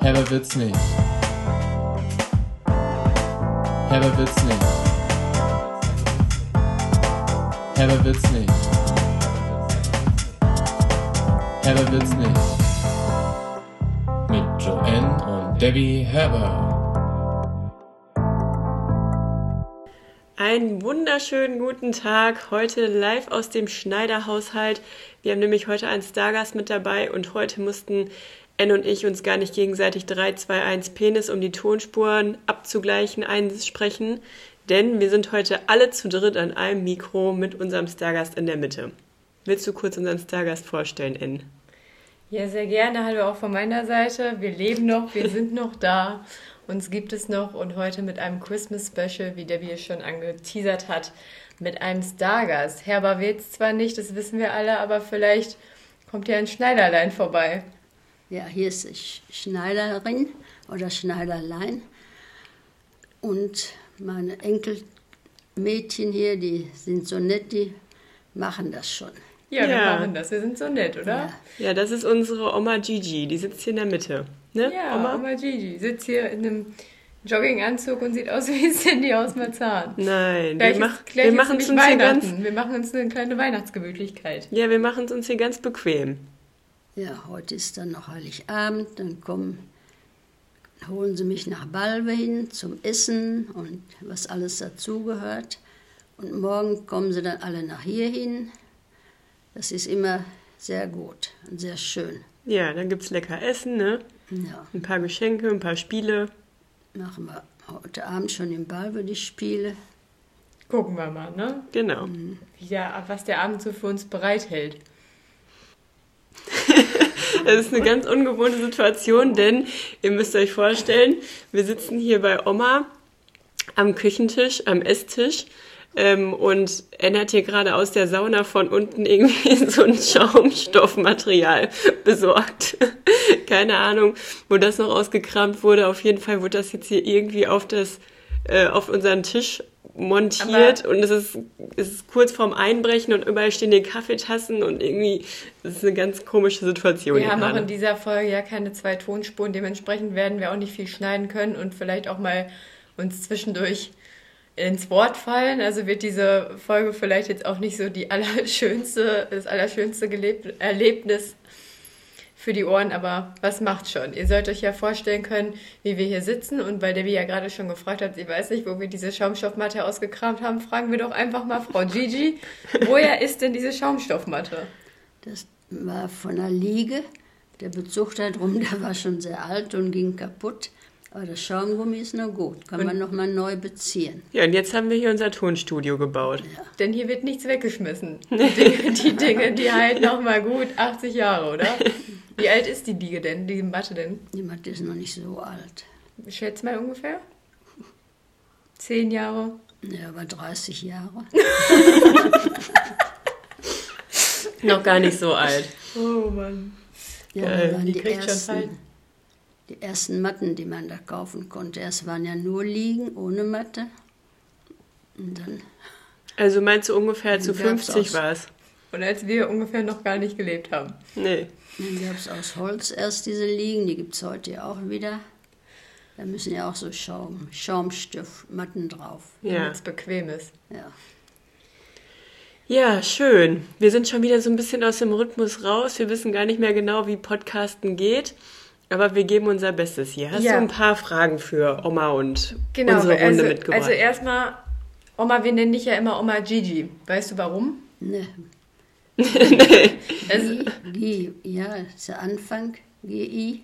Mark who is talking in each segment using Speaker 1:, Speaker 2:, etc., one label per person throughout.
Speaker 1: Herber wird's nicht. Herber wird's nicht. Herber wird's nicht. Herber wird's nicht. Mit Joanne und Debbie Herber.
Speaker 2: Einen wunderschönen guten Tag, heute live aus dem Schneiderhaushalt. Wir haben nämlich heute einen Stargast mit dabei und heute mussten N und ich uns gar nicht gegenseitig 3, 2, 1 Penis, um die Tonspuren abzugleichen, einsprechen, denn wir sind heute alle zu dritt an einem Mikro mit unserem Stargast in der Mitte. Willst du kurz unseren Stargast vorstellen, N?
Speaker 3: Ja, sehr gerne. Hallo auch von meiner Seite. Wir leben noch, wir sind noch da. Uns gibt es noch und heute mit einem Christmas Special, wie Debbie es schon angeteasert hat, mit einem Stargast. Herber wird's zwar nicht, das wissen wir alle, aber vielleicht kommt ja ein Schneiderlein vorbei.
Speaker 4: Ja, hier ist ich Schneiderin oder Schneiderlein. Und meine Enkelmädchen hier, die sind so nett, die machen das schon.
Speaker 3: Ja, wir
Speaker 2: Ja.
Speaker 3: machen das. Wir sind so nett, oder?
Speaker 2: Ja, das ist unsere Oma Gigi, die sitzt hier in der Mitte. Ne,
Speaker 3: Ja,
Speaker 2: Oma?
Speaker 3: Oma? Gigi sitzt hier in einem Jogginganzug und sieht aus wie Cindy aus Marzahn.
Speaker 2: Nein,
Speaker 3: Gleich
Speaker 2: wir,
Speaker 3: ist-
Speaker 2: mach,
Speaker 3: gleich
Speaker 2: wir
Speaker 3: ist
Speaker 2: machen es
Speaker 3: nämlich
Speaker 2: uns hier ganz,
Speaker 3: Weihnachten. Wir machen uns eine kleine Weihnachtsgemütlichkeit.
Speaker 2: ja, wir machen's uns hier ganz bequem.
Speaker 4: Ja, heute ist dann noch Heiligabend, dann kommen, holen sie mich nach Balve hin zum Essen und was alles dazugehört. Und morgen kommen sie dann alle nach hier hin. Das ist immer sehr gut und sehr schön.
Speaker 2: Ja, dann gibt's lecker Essen, ne?
Speaker 4: Ja,
Speaker 2: Ein paar Geschenke, ein paar Spiele.
Speaker 4: machen wir heute Abend schon in Balve die Spiele.
Speaker 3: Gucken wir mal, ne?
Speaker 2: Genau.
Speaker 3: Wie der, was der Abend so für uns bereithält.
Speaker 2: Das ist eine ganz ungewohnte Situation, denn ihr müsst euch vorstellen, wir sitzen hier bei Oma am Küchentisch, am Esstisch. Ähm, und Anne hat hier gerade aus der Sauna von unten irgendwie so ein Schaumstoffmaterial besorgt. Keine Ahnung, wo das noch ausgekramt wurde. Auf jeden Fall wurde das jetzt hier irgendwie auf, das, äh, auf unseren Tisch montiert und es ist, es ist kurz vorm Einbrechen und überall stehen die Kaffeetassen und irgendwie es ist eine ganz komische Situation.
Speaker 3: Wir
Speaker 2: hier
Speaker 3: haben auch
Speaker 2: gerade.
Speaker 3: in dieser Folge ja keine zwei Tonspuren, dementsprechend werden wir auch nicht viel schneiden können und vielleicht auch mal uns zwischendurch ins Wort fallen. Also wird diese Folge vielleicht jetzt auch nicht so die allerschönste, das allerschönste Geleb Erlebnis für die Ohren, aber was macht schon? Ihr sollt euch ja vorstellen können, wie wir hier sitzen und weil Debbie ja gerade schon gefragt hat, sie weiß nicht, wo wir diese Schaumstoffmatte ausgekramt haben, fragen wir doch einfach mal Frau Gigi, woher ist denn diese Schaumstoffmatte?
Speaker 4: Das war von der Liege. Der Bezug da drum, der war schon sehr alt und ging kaputt. Aber das Schaumgummi ist noch gut, kann man nochmal neu beziehen.
Speaker 2: Ja, und jetzt haben wir hier unser Tonstudio gebaut.
Speaker 3: Denn hier wird nichts weggeschmissen. Die Dinge, die, Dinge, die halten noch mal gut 80 Jahre, oder? Wie alt ist die Liege denn, die Matte denn?
Speaker 4: Die Matte ist noch nicht so alt.
Speaker 3: Ich schätze mal ungefähr. Zehn Jahre.
Speaker 4: Ja, über 30 Jahre.
Speaker 2: Noch gar nicht so alt.
Speaker 3: Oh Mann.
Speaker 4: Ja,
Speaker 2: Geil,
Speaker 4: das waren
Speaker 3: die
Speaker 4: die,
Speaker 3: kriegt schon Falten.
Speaker 4: ersten, die ersten Matten, die man da kaufen konnte. Erst waren ja nur Liegen ohne Matte. Und dann,
Speaker 2: Also meinst du ungefähr zu
Speaker 4: Wie gab's
Speaker 2: 50
Speaker 4: aus?
Speaker 2: war es?
Speaker 3: Und als wir ungefähr noch gar nicht gelebt haben.
Speaker 2: Nee.
Speaker 4: dann gab es aus Holz erst diese Liegen, die gibt es heute ja auch wieder. Da müssen ja auch so Schaum, Schaumstoffmatten drauf.
Speaker 2: Ja.
Speaker 3: Damit es bequem ist.
Speaker 4: Ja.
Speaker 2: ja, schön. Wir sind schon wieder so ein bisschen aus dem Rhythmus raus. Wir wissen gar nicht mehr genau, wie Podcasten geht. Aber wir geben unser Bestes hier. Hast
Speaker 3: Ja.
Speaker 2: du ein paar Fragen für Oma und
Speaker 3: Genau,
Speaker 2: unsere Runde
Speaker 3: also,
Speaker 2: mitgebracht?
Speaker 3: also erstmal, Oma, wir nennen dich ja immer Oma Gigi. Weißt du warum?
Speaker 4: Ne,
Speaker 3: Also,
Speaker 4: G, ja, ist der Anfang. GI,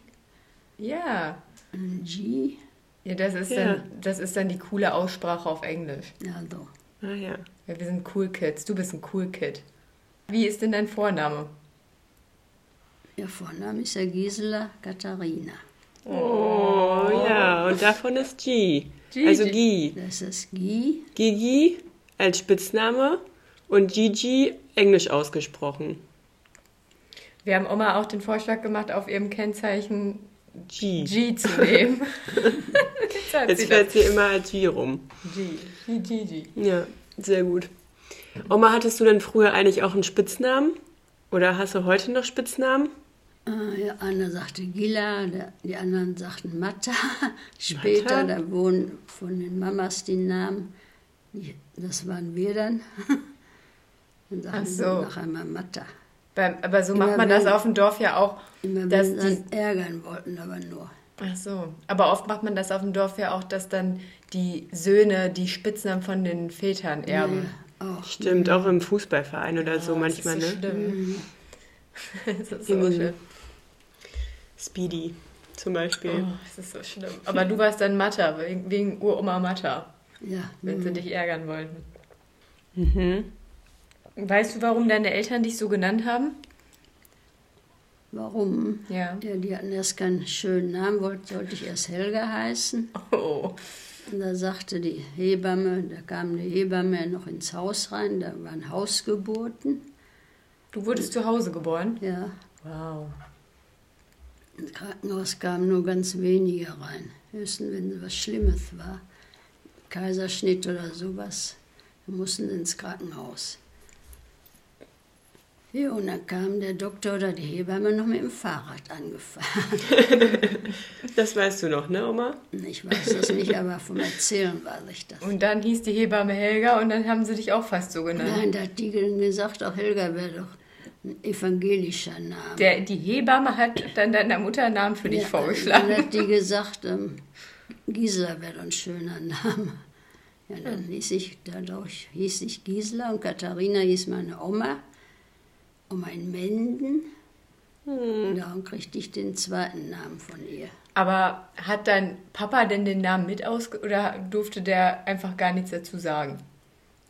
Speaker 3: ja.
Speaker 4: G,
Speaker 3: ja, das ist,
Speaker 2: Ja.
Speaker 3: Dann, das ist dann die coole Aussprache auf Englisch.
Speaker 4: also
Speaker 2: ah, ja.
Speaker 3: Ja, wir sind Cool Kids. Du bist ein Cool Kid. Wie ist denn dein Vorname?
Speaker 4: ihr Vorname ist ja Gisela Katharina.
Speaker 2: Oh ja, und davon ist G.
Speaker 3: Gigi.
Speaker 2: Also G.
Speaker 4: Das ist G,
Speaker 2: Gigi als Spitzname und Gigi englisch ausgesprochen.
Speaker 3: Wir haben Oma auch den Vorschlag gemacht, auf ihrem Kennzeichen
Speaker 2: G.
Speaker 3: G zu nehmen. Jetzt
Speaker 2: Also
Speaker 3: hat
Speaker 2: Jetzt
Speaker 3: sie
Speaker 2: fährt
Speaker 3: das.
Speaker 2: sie immer als G rum.
Speaker 3: G. G, G, G.
Speaker 2: Ja, sehr gut. Oma, hattest du denn früher eigentlich auch einen Spitznamen? Oder hast du heute noch Spitznamen?
Speaker 4: Äh, einer sagte Gila, der, die anderen sagten Matta. Später,
Speaker 2: Matta?
Speaker 4: da wurden von den Mamas die Namen, die, das waren wir dann. Dann
Speaker 3: Ach
Speaker 4: sagten
Speaker 3: so.
Speaker 4: wir noch einmal Matta.
Speaker 3: Beim, aber so macht
Speaker 4: Immer
Speaker 3: man das
Speaker 4: wenn-
Speaker 3: auf dem Dorf ja auch.
Speaker 4: Immer
Speaker 3: dass
Speaker 4: wenn
Speaker 3: die,
Speaker 4: sie ärgern wollten, aber nur.
Speaker 3: ach so. Aber oft macht man das auf dem Dorf ja auch, dass dann die Söhne die Spitznamen von den Vätern erben.
Speaker 4: Ja, auch.
Speaker 2: Stimmt, auch im Fußballverein oder so manchmal,
Speaker 3: Mhm. Ah, das
Speaker 2: ne?
Speaker 3: ist so Schlimm. das ist so
Speaker 2: Mhm.
Speaker 3: schlimm.
Speaker 2: Speedy zum Beispiel.
Speaker 3: Oh, das ist so schlimm. Aber du warst dann Matter, wegen, wegen Uroma Matter,
Speaker 4: Ja,
Speaker 3: wenn
Speaker 4: mhm.
Speaker 3: sie dich ärgern wollten. Weißt du, warum deine Eltern dich so genannt haben?
Speaker 4: warum?
Speaker 3: Ja.
Speaker 4: Ja, die hatten erst keinen schönen Namen, wollte, sollte ich erst Helga heißen.
Speaker 3: Oh.
Speaker 4: Und da sagte die Hebamme, da kam die Hebamme noch ins Haus rein, da waren Hausgeburten.
Speaker 3: Du wurdest zu Hause geboren?
Speaker 4: Ja,
Speaker 3: Wow.
Speaker 4: ins Krankenhaus kamen nur ganz wenige rein. Höchstens, wenn was Schlimmes war, Kaiserschnitt oder sowas. Wir mussten ins Krankenhaus. Ja, und dann kam der Doktor oder die Hebamme noch mit dem Fahrrad angefahren.
Speaker 3: Oh.
Speaker 2: Das weißt du noch, ne, Oma?
Speaker 4: Ich weiß das nicht, aber vom Erzählen weiß ich das.
Speaker 3: Und dann hieß die Hebamme Helga und dann haben sie dich auch fast so genannt.
Speaker 4: Nein, da hat die gesagt, auch Helga wäre doch ein evangelischer Name.
Speaker 3: Der, die Hebamme hat dann deiner Mutter einen Namen für dich
Speaker 4: Ja,
Speaker 3: vorgeschlagen.
Speaker 4: Dann hat die gesagt, ähm, Gisela wäre doch ein schöner Name. Ja,
Speaker 3: Hm.
Speaker 4: dann hieß ich, dadurch hieß ich Gisela und Katharina hieß meine Oma. Oma in Menden.
Speaker 3: Hm.
Speaker 4: Darum kriegte ich den zweiten Namen von ihr.
Speaker 3: Aber hat dein Papa denn den Namen mit ausge... oder durfte der einfach gar nichts dazu sagen?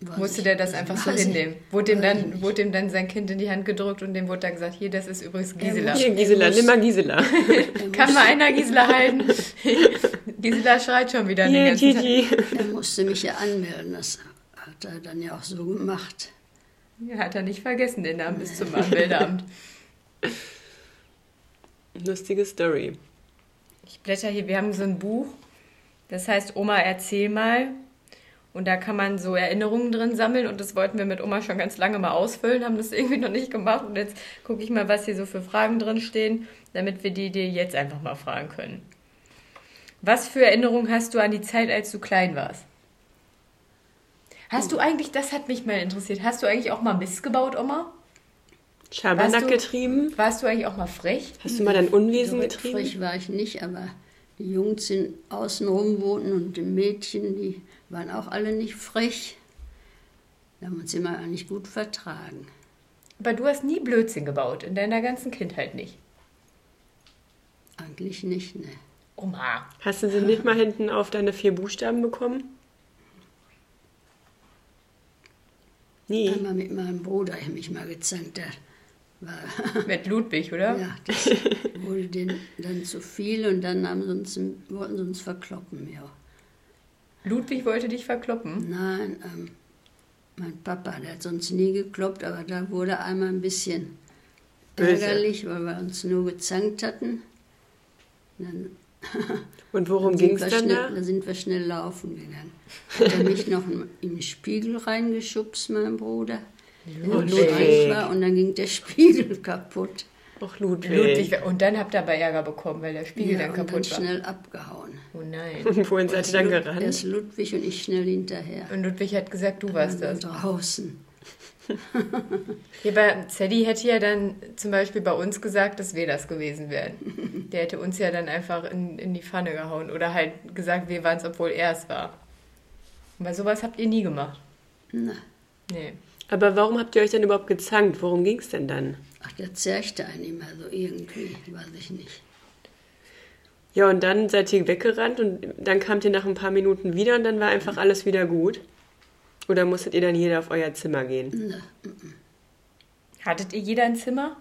Speaker 4: Weiß
Speaker 3: Musste
Speaker 4: ich-
Speaker 3: der das einfach so
Speaker 4: weiß ich-
Speaker 3: hinnehmen? Wurde dem,
Speaker 4: weiß ich
Speaker 3: dann,
Speaker 4: nicht.
Speaker 3: wurde dem dann sein Kind in die Hand gedrückt und dem wurde dann gesagt, hier, das ist übrigens Gisela.
Speaker 2: Hier, Gisela, nimm mal Gisela.
Speaker 3: Kann mal einer Gisela halten? Gisela schreit schon wieder den
Speaker 2: Hier,
Speaker 3: ganzen Tag.
Speaker 2: Gigi.
Speaker 4: Er musste mich ja anmelden, das hat er dann ja auch so gemacht.
Speaker 3: Ja, Hat er nicht vergessen, den Namen bis zum Anmeldeamt.
Speaker 2: Lustige Story.
Speaker 3: Ich blätter hier, wir haben so ein Buch, das heißt Oma, erzähl mal. Und da kann man so Erinnerungen drin sammeln und das wollten wir mit Oma schon ganz lange mal ausfüllen, haben das irgendwie noch nicht gemacht. Und jetzt gucke ich mal, was hier so für Fragen drin stehen, damit wir die dir jetzt einfach mal fragen können. Was für Erinnerungen hast du an die Zeit, als du klein warst? Hast du eigentlich, das hat mich mal interessiert, hast du eigentlich auch mal Mist gebaut, Oma?
Speaker 2: Schabernack
Speaker 3: Warst du- Mhm.
Speaker 2: getrieben.
Speaker 3: Warst du eigentlich auch mal frech?
Speaker 2: Hast du mal dein Unwesen
Speaker 4: Direkt
Speaker 2: getrieben?
Speaker 4: frech war ich nicht, aber die Jungs sind außenrum wohnten und die Mädchen, die waren auch alle nicht frech. Wir haben uns immer nicht gut vertragen.
Speaker 3: Aber du hast nie Blödsinn gebaut, in deiner ganzen Kindheit nicht.
Speaker 4: Eigentlich nicht, ne.
Speaker 3: Oma,
Speaker 2: Hast du sie nicht mal hinten auf deine vier Buchstaben bekommen?
Speaker 3: Ähm,
Speaker 2: Nie.
Speaker 4: Einmal mit meinem Bruder, ich habe mich mal gezankt, der war,
Speaker 3: Mit Ludwig, oder?
Speaker 4: ja, das wurde denen dann zu viel und dann haben sie uns, wollten sie uns verkloppen, ja.
Speaker 3: Ludwig wollte dich verkloppen.
Speaker 4: Nein, ähm, mein Papa, der hat sonst nie gekloppt, aber da wurde einmal ein bisschen
Speaker 2: Böse.
Speaker 4: ärgerlich, weil wir uns nur gezankt hatten. Und Dann
Speaker 2: Und worum
Speaker 4: sind
Speaker 2: ging es
Speaker 4: wir
Speaker 2: dann
Speaker 4: schnell,
Speaker 2: da?
Speaker 4: da sind wir schnell laufen gegangen. Hat er mich noch in den Spiegel reingeschubst, mein Bruder. Wenn ich
Speaker 2: Ludwig.
Speaker 4: reich war und dann ging der Spiegel kaputt.
Speaker 2: Ach, Ludwig.
Speaker 3: Ludwig, und dann habt ihr aber Ärger bekommen, weil der Spiegel
Speaker 4: Ja,
Speaker 3: dann
Speaker 4: und dann
Speaker 3: kaputt war.
Speaker 4: schnell abgehauen.
Speaker 3: Oh nein.
Speaker 2: Und wohin seid ihr dann
Speaker 4: Lud-
Speaker 2: gerannt?
Speaker 4: Erst Ludwig und ich schnell hinterher.
Speaker 3: Und Ludwig hat gesagt, du warst
Speaker 4: Dann
Speaker 3: das.
Speaker 4: draußen.
Speaker 3: Ja, aber Sadie hätte ja dann zum Beispiel bei uns gesagt, dass wir das gewesen wären. Der hätte uns ja dann einfach in, in die Pfanne gehauen oder halt gesagt, wir waren es, obwohl er es war. Aber sowas habt ihr nie gemacht.
Speaker 4: Na,
Speaker 3: Nee.
Speaker 2: Aber warum habt ihr euch denn überhaupt gezankt? Worum ging es denn dann?
Speaker 4: ach, der zerrte einen immer so irgendwie, weiß ich nicht.
Speaker 2: Ja, und dann seid ihr weggerannt und dann kamt ihr nach ein paar Minuten wieder und dann war einfach alles wieder gut. Oder musstet ihr dann jeder auf euer Zimmer gehen?
Speaker 3: Hattet ihr jeder ein Zimmer?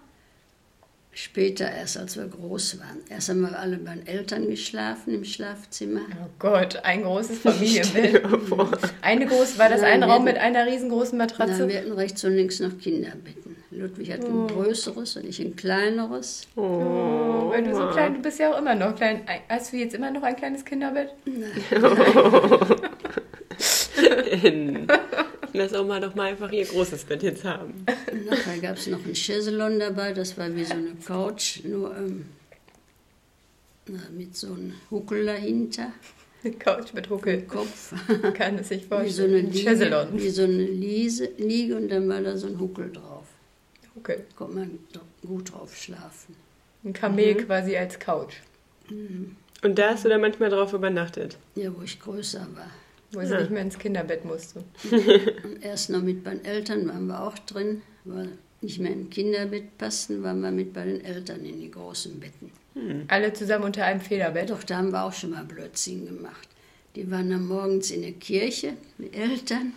Speaker 4: Später erst, als wir groß waren. Erst haben wir alle bei den Eltern geschlafen im Schlafzimmer.
Speaker 3: Oh Gott, ein großes Familienbild.
Speaker 2: Boah.
Speaker 3: Eine groß war das
Speaker 4: Nein,
Speaker 3: ein
Speaker 4: wir
Speaker 3: Raum
Speaker 4: hatten-
Speaker 3: mit einer riesengroßen Matratze.
Speaker 4: Dann wir hatten rechts und links noch Kinderbetten. Ludwig hat ein größeres und ich ein kleineres.
Speaker 3: Oh, weil du so klein, du bist ja auch immer noch klein. Ein- Hast du jetzt immer noch ein kleines Kinderbett?
Speaker 2: In Lass Oma doch mal einfach ihr großes Bett jetzt haben.
Speaker 4: Und nachher gab es noch ein Chaiselon dabei, das war wie so eine Couch, nur ähm, na, mit so einem Huckel dahinter,
Speaker 3: Eine Couch mit Huckel.
Speaker 4: Kopf.
Speaker 3: Man kann es sich
Speaker 4: Wie so eine
Speaker 3: vorstellen.
Speaker 4: Liege,
Speaker 3: Chaiselon.
Speaker 4: wie so eine Liese, Liege und dann war da so ein Huckel drauf.
Speaker 3: Huckel.
Speaker 4: Da konnte man doch gut drauf schlafen.
Speaker 3: Ein Kamel quasi als Couch.
Speaker 2: Und da hast du dann manchmal drauf übernachtet.
Speaker 4: Mhm. Ja, wo ich größer war.
Speaker 3: Wo sie
Speaker 2: Ja.
Speaker 3: nicht mehr ins Kinderbett musste.
Speaker 4: Und erst noch mit meinen Eltern waren wir auch drin, weil nicht mehr im Kinderbett passten, waren wir mit bei den Eltern in die großen Betten.
Speaker 3: Alle zusammen unter einem Federbett.
Speaker 4: Doch, da haben wir auch schon mal Blödsinn gemacht. Die waren dann morgens in der Kirche, die Eltern.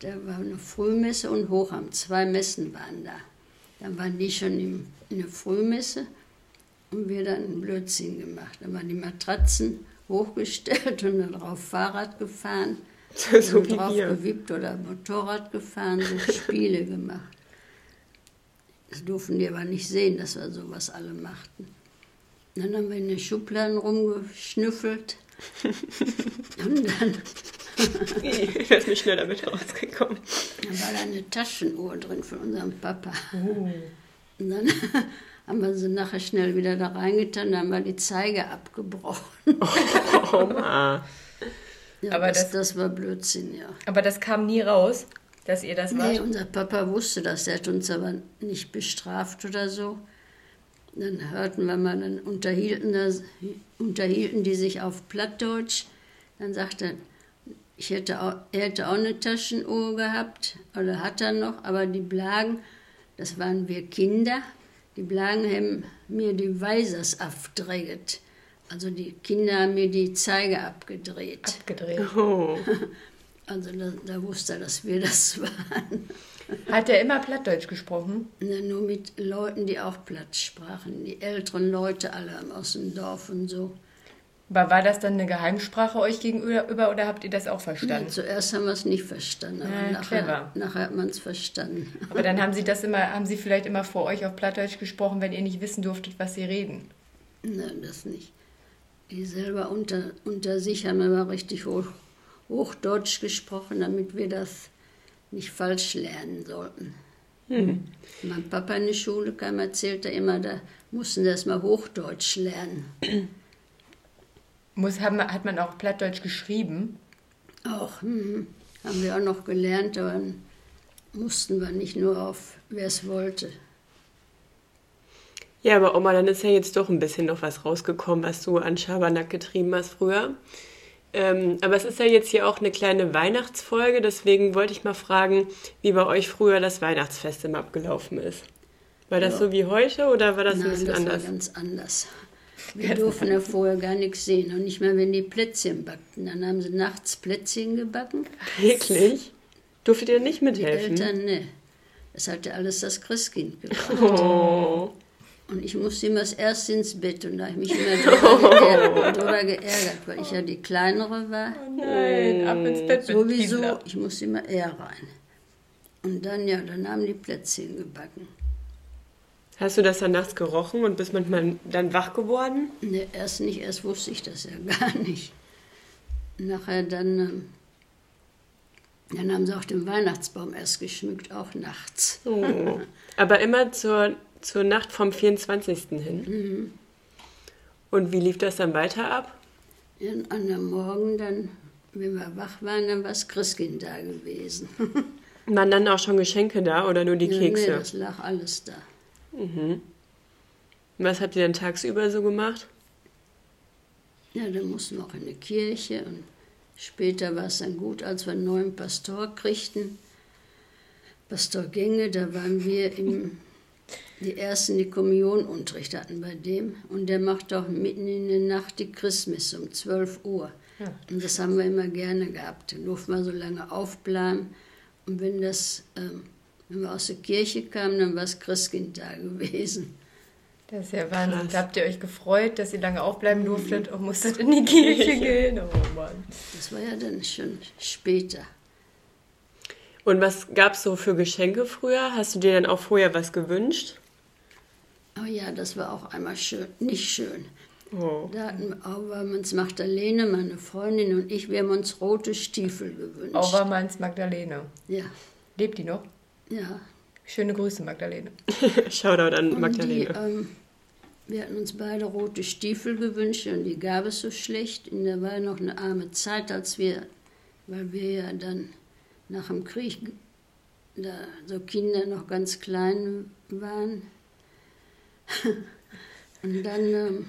Speaker 4: Da war eine Frühmesse und Hochamt. Zwei Messen waren da. Dann waren die schon im, in der Frühmesse und wir dann einen Blödsinn gemacht. Dann waren die Matratzen hochgestellt und dann drauf Fahrrad gefahren.
Speaker 2: So
Speaker 4: und
Speaker 2: wie
Speaker 4: drauf
Speaker 2: hier.
Speaker 4: gewippt oder Motorrad gefahren, so Spiele gemacht. Das durften die aber nicht sehen, dass wir sowas alle machten. Dann haben wir in den Schubladen rumgeschnüffelt. Und dann
Speaker 2: Ich wäre mich schnell damit rausgekommen.
Speaker 4: war da eine Taschenuhr drin von unserem Papa.
Speaker 2: Oh.
Speaker 4: Und dann haben wir sie nachher schnell wieder da reingetan, dann haben wir die Zeiger abgebrochen.
Speaker 2: Oh, Oma.
Speaker 4: Ja,
Speaker 3: Aber
Speaker 4: das,
Speaker 3: das-
Speaker 4: das war Blödsinn, ja.
Speaker 3: Aber das kam nie raus, dass ihr das
Speaker 4: Nee,
Speaker 3: wart.
Speaker 4: unser Papa wusste das, der hat uns aber nicht bestraft oder so. Dann hörten wir mal, dann unterhielten, das, unterhielten die sich auf Plattdeutsch. Dann sagte er, ich hätte auch, er hätte auch eine Taschenuhr gehabt, oder hat er noch, aber die Blagen, das waren wir Kinder, die Blagen haben mir die Weisers abgedreht. Also die Kinder haben mir die Zeiger abgedreht.
Speaker 3: Abgedreht.
Speaker 2: Oh.
Speaker 4: Also da, da wusste er, dass wir das waren.
Speaker 3: Hat er immer Plattdeutsch gesprochen?
Speaker 4: Na, nur mit Leuten, die auch Platt sprachen. Die älteren Leute alle aus dem Dorf und so.
Speaker 3: Aber war das dann eine Geheimsprache euch gegenüber oder habt ihr das auch verstanden?
Speaker 4: Ja, zuerst haben wir es nicht verstanden, aber
Speaker 3: Ja,
Speaker 4: nachher,
Speaker 3: clever.
Speaker 4: nachher hat man es verstanden.
Speaker 3: Aber dann haben sie das immer, haben sie vielleicht immer vor euch auf Plattdeutsch gesprochen, wenn ihr nicht wissen durftet, was sie reden.
Speaker 4: Nein, das nicht. Die selber unter, unter sich haben immer richtig hoch, Hochdeutsch gesprochen, damit wir das nicht falsch lernen sollten.
Speaker 3: Hm.
Speaker 4: Mein Papa in die Schule kam, erzählte immer, da mussten sie erstmal Hochdeutsch lernen.
Speaker 3: Muss, haben, hat man auch Plattdeutsch geschrieben?
Speaker 4: Auch, mhm. haben wir auch noch gelernt, aber dann mussten wir nicht nur auf, wer es wollte.
Speaker 2: Ja, aber Oma, dann ist ja jetzt doch ein bisschen noch was rausgekommen, was du an Schabernack getrieben hast früher. Ähm, aber es ist ja jetzt hier auch eine kleine Weihnachtsfolge, deswegen wollte ich mal fragen, wie bei euch früher das Weihnachtsfest immer abgelaufen ist. War das
Speaker 4: Ja.
Speaker 2: so wie heute oder war das ein bisschen
Speaker 4: das
Speaker 2: anders?
Speaker 4: war ganz anders. Wir durften ja vorher gar nichts sehen und nicht mal, wenn die Plätzchen backten. Dann haben sie nachts Plätzchen gebacken,
Speaker 2: Wirklich? Durftet ihr nicht
Speaker 4: die
Speaker 2: mithelfen?
Speaker 4: Eltern ne. Das hatte alles das Christkind gebracht.
Speaker 2: Oh.
Speaker 4: Und ich musste immer als erst ins Bett und da habe ich mich immer drüber geärgert, drüber geärgert, weil ich ja die Kleinere war.
Speaker 3: Nein, ab
Speaker 2: Äh,
Speaker 3: ins Bett mit
Speaker 4: Sowieso,
Speaker 3: Kinder.
Speaker 4: ich musste immer eher rein. Und dann, ja, dann haben die Plätzchen gebacken.
Speaker 2: Hast du das dann nachts gerochen und bist manchmal dann wach geworden?
Speaker 4: Ne, erst nicht, erst wusste ich das ja gar nicht. Nachher dann, ähm, dann haben sie auch den Weihnachtsbaum erst geschmückt, auch nachts.
Speaker 2: Oh. Aber immer zur, zur Nacht vom 24. hin.
Speaker 4: Mhm.
Speaker 2: Und wie lief das dann weiter ab?
Speaker 4: Und an dem Morgen dann, wenn wir wach waren, dann war das Christkind da gewesen.
Speaker 2: Waren dann auch schon Geschenke da oder nur die
Speaker 4: Ja,
Speaker 2: Kekse?
Speaker 4: Nee, das lag alles da.
Speaker 2: Was habt ihr denn tagsüber so gemacht?
Speaker 4: Ja, dann mussten wir auch in die Kirche und später war es dann gut, als wir einen neuen Pastor kriegten. Pastor Gänge, da waren wir im, die ersten, die Kommunionunterricht hatten bei dem. Und der machte auch mitten in der Nacht die Christmesse um 12 Uhr. Und das haben wir immer gerne gehabt. Da durften wir so lange aufbleiben. Und wenn, das, ähm, wenn wir aus der Kirche kamen, dann war das Christkind da gewesen.
Speaker 3: Das ist ja Wahnsinn.
Speaker 2: Krass.
Speaker 3: Da habt ihr euch gefreut, dass ihr lange aufbleiben durftet und musstet in die Kirche gehen. Oh Mann.
Speaker 4: Das war ja dann schon später.
Speaker 2: Und was gab's so für Geschenke früher? Hast du dir dann auch vorher was gewünscht?
Speaker 4: Oh ja, das war auch einmal schön, nicht schön.
Speaker 2: Oh.
Speaker 4: Da hatten Auermanns Magdalene, meine Freundin und ich, wir haben uns rote Stiefel gewünscht.
Speaker 3: Aubermanns Magdalene.
Speaker 4: Ja,
Speaker 3: Lebt die noch?
Speaker 4: ja.
Speaker 3: Schöne Grüße, Magdalene.
Speaker 2: Shoutout an
Speaker 4: Und
Speaker 2: Magdalene.
Speaker 4: Die, ähm, wir hatten uns beide rote Stiefel gewünscht und die gab es so schlecht. Und da war noch eine arme Zeit, als wir, weil wir ja dann nach dem Krieg, da so Kinder noch ganz klein waren. und dann ähm,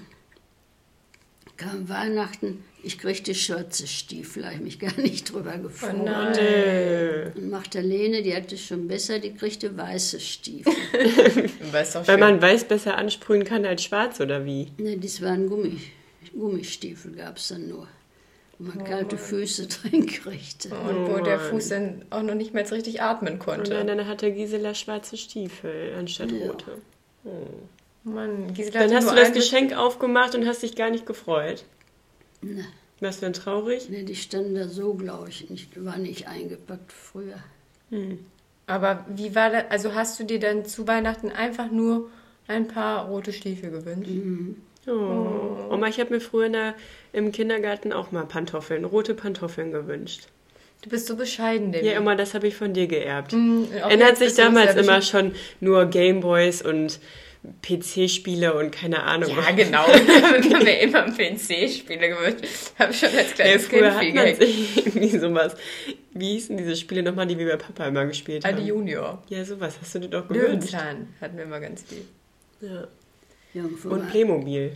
Speaker 4: kam Weihnachten, ich kriegte schwarze Stiefel, habe ich mich gar nicht drüber gefreut.
Speaker 2: Nö.
Speaker 4: und Magdalene, die hatte schon besser, die kriegte weiße Stiefel.
Speaker 3: Weißt doch
Speaker 2: Weil
Speaker 3: schön.
Speaker 2: man weiß besser ansprühen kann als schwarz, oder wie?
Speaker 4: Ne, das waren Gummi, Gummistiefel, gab es dann nur. Wo
Speaker 2: Oh,
Speaker 4: man kalte Füße drin kriegte.
Speaker 3: und wo der Fuß dann auch noch nicht mehr jetzt richtig atmen
Speaker 2: Und
Speaker 3: konnte.
Speaker 2: dann, dann hatte Gisela schwarze Stiefel anstatt rote.
Speaker 3: Mann, Gisela
Speaker 2: Dann
Speaker 3: hatte
Speaker 2: hast
Speaker 3: nur
Speaker 2: du das
Speaker 3: ein-
Speaker 2: Geschenk aufgemacht und hast dich gar nicht gefreut.
Speaker 4: Ne,
Speaker 2: Warst du dann traurig?
Speaker 4: ne, die standen da so, glaube ich, nicht, war nicht eingepackt früher.
Speaker 3: Aber wie war das? Also hast du dir dann zu Weihnachten einfach nur ein paar rote Stiefel gewünscht?
Speaker 2: Oh. Oma, ich habe mir früher in der, im Kindergarten auch mal Pantoffeln, rote Pantoffeln gewünscht.
Speaker 3: Du bist so bescheiden, Debbie.
Speaker 2: Ja, immer, das habe ich von dir geerbt.
Speaker 3: Mhm, auch
Speaker 2: Ändert
Speaker 3: jetzt
Speaker 2: sich
Speaker 3: bist du
Speaker 2: damals
Speaker 3: sehr
Speaker 2: immer
Speaker 3: bescheiden.
Speaker 2: schon nur Gameboys und PC-Spiele und keine Ahnung.
Speaker 3: Ja, genau. Ich habe mir immer PC-Spiele gewünscht. Habe schon als
Speaker 2: Ey,
Speaker 3: kleines
Speaker 2: früher
Speaker 3: Kind viel
Speaker 2: hat man
Speaker 3: gehackt.
Speaker 2: sich irgendwie sowas. Wie hießen diese Spiele nochmal, die wir bei Papa immer gespielt
Speaker 3: Adi
Speaker 2: haben?
Speaker 3: Junior.
Speaker 2: Ja, sowas hast du dir doch gewünscht.
Speaker 3: Löwenzahn hatten wir immer ganz viel.
Speaker 2: Ja.
Speaker 4: Ja, und von
Speaker 2: Und
Speaker 4: mein-
Speaker 2: Playmobil.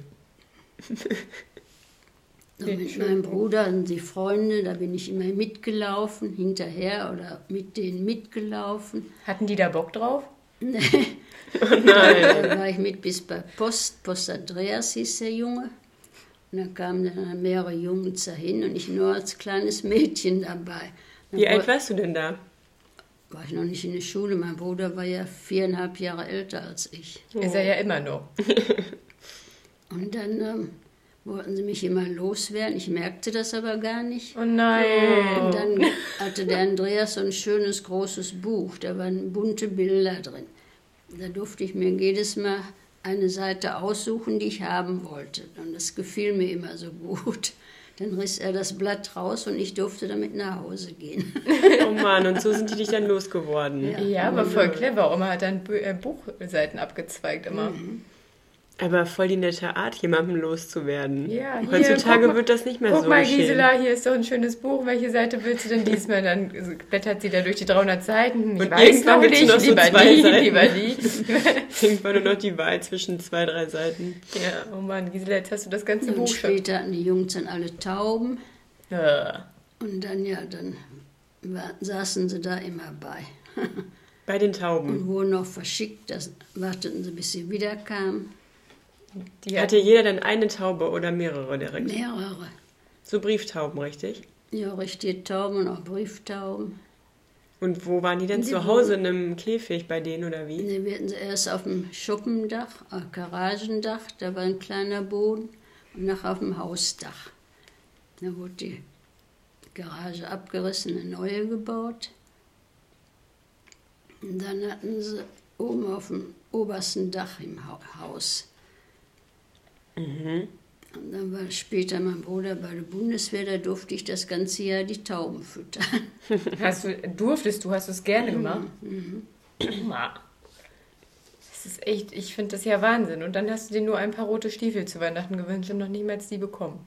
Speaker 4: und mit meinem Bruder und die Freunde, da bin ich immer mitgelaufen, hinterher oder mit denen mitgelaufen.
Speaker 3: Hatten die da Bock drauf?
Speaker 4: Da war ich mit bis bei Post, Post Andreas hieß der Junge. Und dann kamen dann mehrere Jungs dahin und ich nur als kleines Mädchen dabei. Dann
Speaker 2: Wie
Speaker 4: woll-
Speaker 2: alt warst du denn da?
Speaker 4: war ich noch nicht in der Schule. Mein Bruder war ja viereinhalb Jahre älter als ich.
Speaker 2: Oh.
Speaker 3: Ist er ja immer noch.
Speaker 4: Und dann ähm, wollten sie mich immer loswerden. Ich merkte das aber gar nicht.
Speaker 3: Oh nein.
Speaker 4: Und dann hatte der Andreas so ein schönes großes Buch. Da waren bunte Bilder drin. Da durfte ich mir jedes Mal eine Seite aussuchen, die ich haben wollte. Und das gefiel mir immer so gut. Dann riss er das Blatt raus und ich durfte damit nach Hause gehen.
Speaker 2: Oh Mann, und so sind die dich dann losgeworden.
Speaker 3: Ja, aber voll clever. Oma hat dann Bü äh, Buchseiten abgezweigt immer.
Speaker 2: Mhm. Aber voll die nette Art, jemandem loszuwerden.
Speaker 3: Ja, hier,
Speaker 2: Heutzutage
Speaker 3: guck mal-
Speaker 2: wird das nicht mehr
Speaker 3: Guck
Speaker 2: so
Speaker 3: mal,
Speaker 2: geschehen.
Speaker 3: Gisela, hier ist doch ein schönes Buch. Welche Seite willst du denn diesmal? Dann blättert sie da durch die 300 Seiten. Hm, Ich
Speaker 2: Und
Speaker 3: weiß
Speaker 2: irgendwann
Speaker 3: noch
Speaker 2: willst du
Speaker 3: nicht,
Speaker 2: noch so
Speaker 3: lieber
Speaker 2: zwei
Speaker 3: die,
Speaker 2: Seiten.
Speaker 3: lieber die.
Speaker 2: Irgendwann nur noch die Wahl zwischen zwei, drei Seiten.
Speaker 3: ja, oh Mann, Gisela, jetzt hast du das
Speaker 2: Hm,
Speaker 3: ganze
Speaker 4: Und
Speaker 3: Buch schon.
Speaker 4: später hatten die Jungs dann alle Tauben.
Speaker 3: Ja.
Speaker 4: Und dann, ja, dann wa- saßen sie da immer bei.
Speaker 2: Bei den Tauben.
Speaker 4: Und wurden noch verschickt, das warteten sie, bis sie wiederkamen.
Speaker 3: Die
Speaker 2: Hatte
Speaker 3: hatte
Speaker 2: jeder dann eine Taube oder mehrere direkt?
Speaker 4: Mehrere.
Speaker 2: So Brieftauben, richtig?
Speaker 4: Ja, richtige Tauben und auch Brieftauben.
Speaker 2: Und wo waren die denn
Speaker 4: Die
Speaker 2: zu Hause? In einem Käfig bei denen oder wie?
Speaker 4: Und dann werden sie erst auf dem Schuppendach, äh, Garagendach, da war ein kleiner Boden, und nachher auf dem Hausdach. Da wurde die Garage abgerissen, eine neue gebaut. Und dann hatten sie oben auf dem obersten Dach im Hau- Haus. Und dann war später mein Bruder bei der Bundeswehr, da durfte ich das ganze Jahr die Tauben füttern.
Speaker 3: hast du, durftest du, hast du es gerne gemacht?
Speaker 2: Ah.
Speaker 3: Ma. Das mhm. ist echt, ich finde das ja Wahnsinn. Und dann hast du dir nur ein paar rote Stiefel zu Weihnachten gewünscht und noch niemals die bekommen.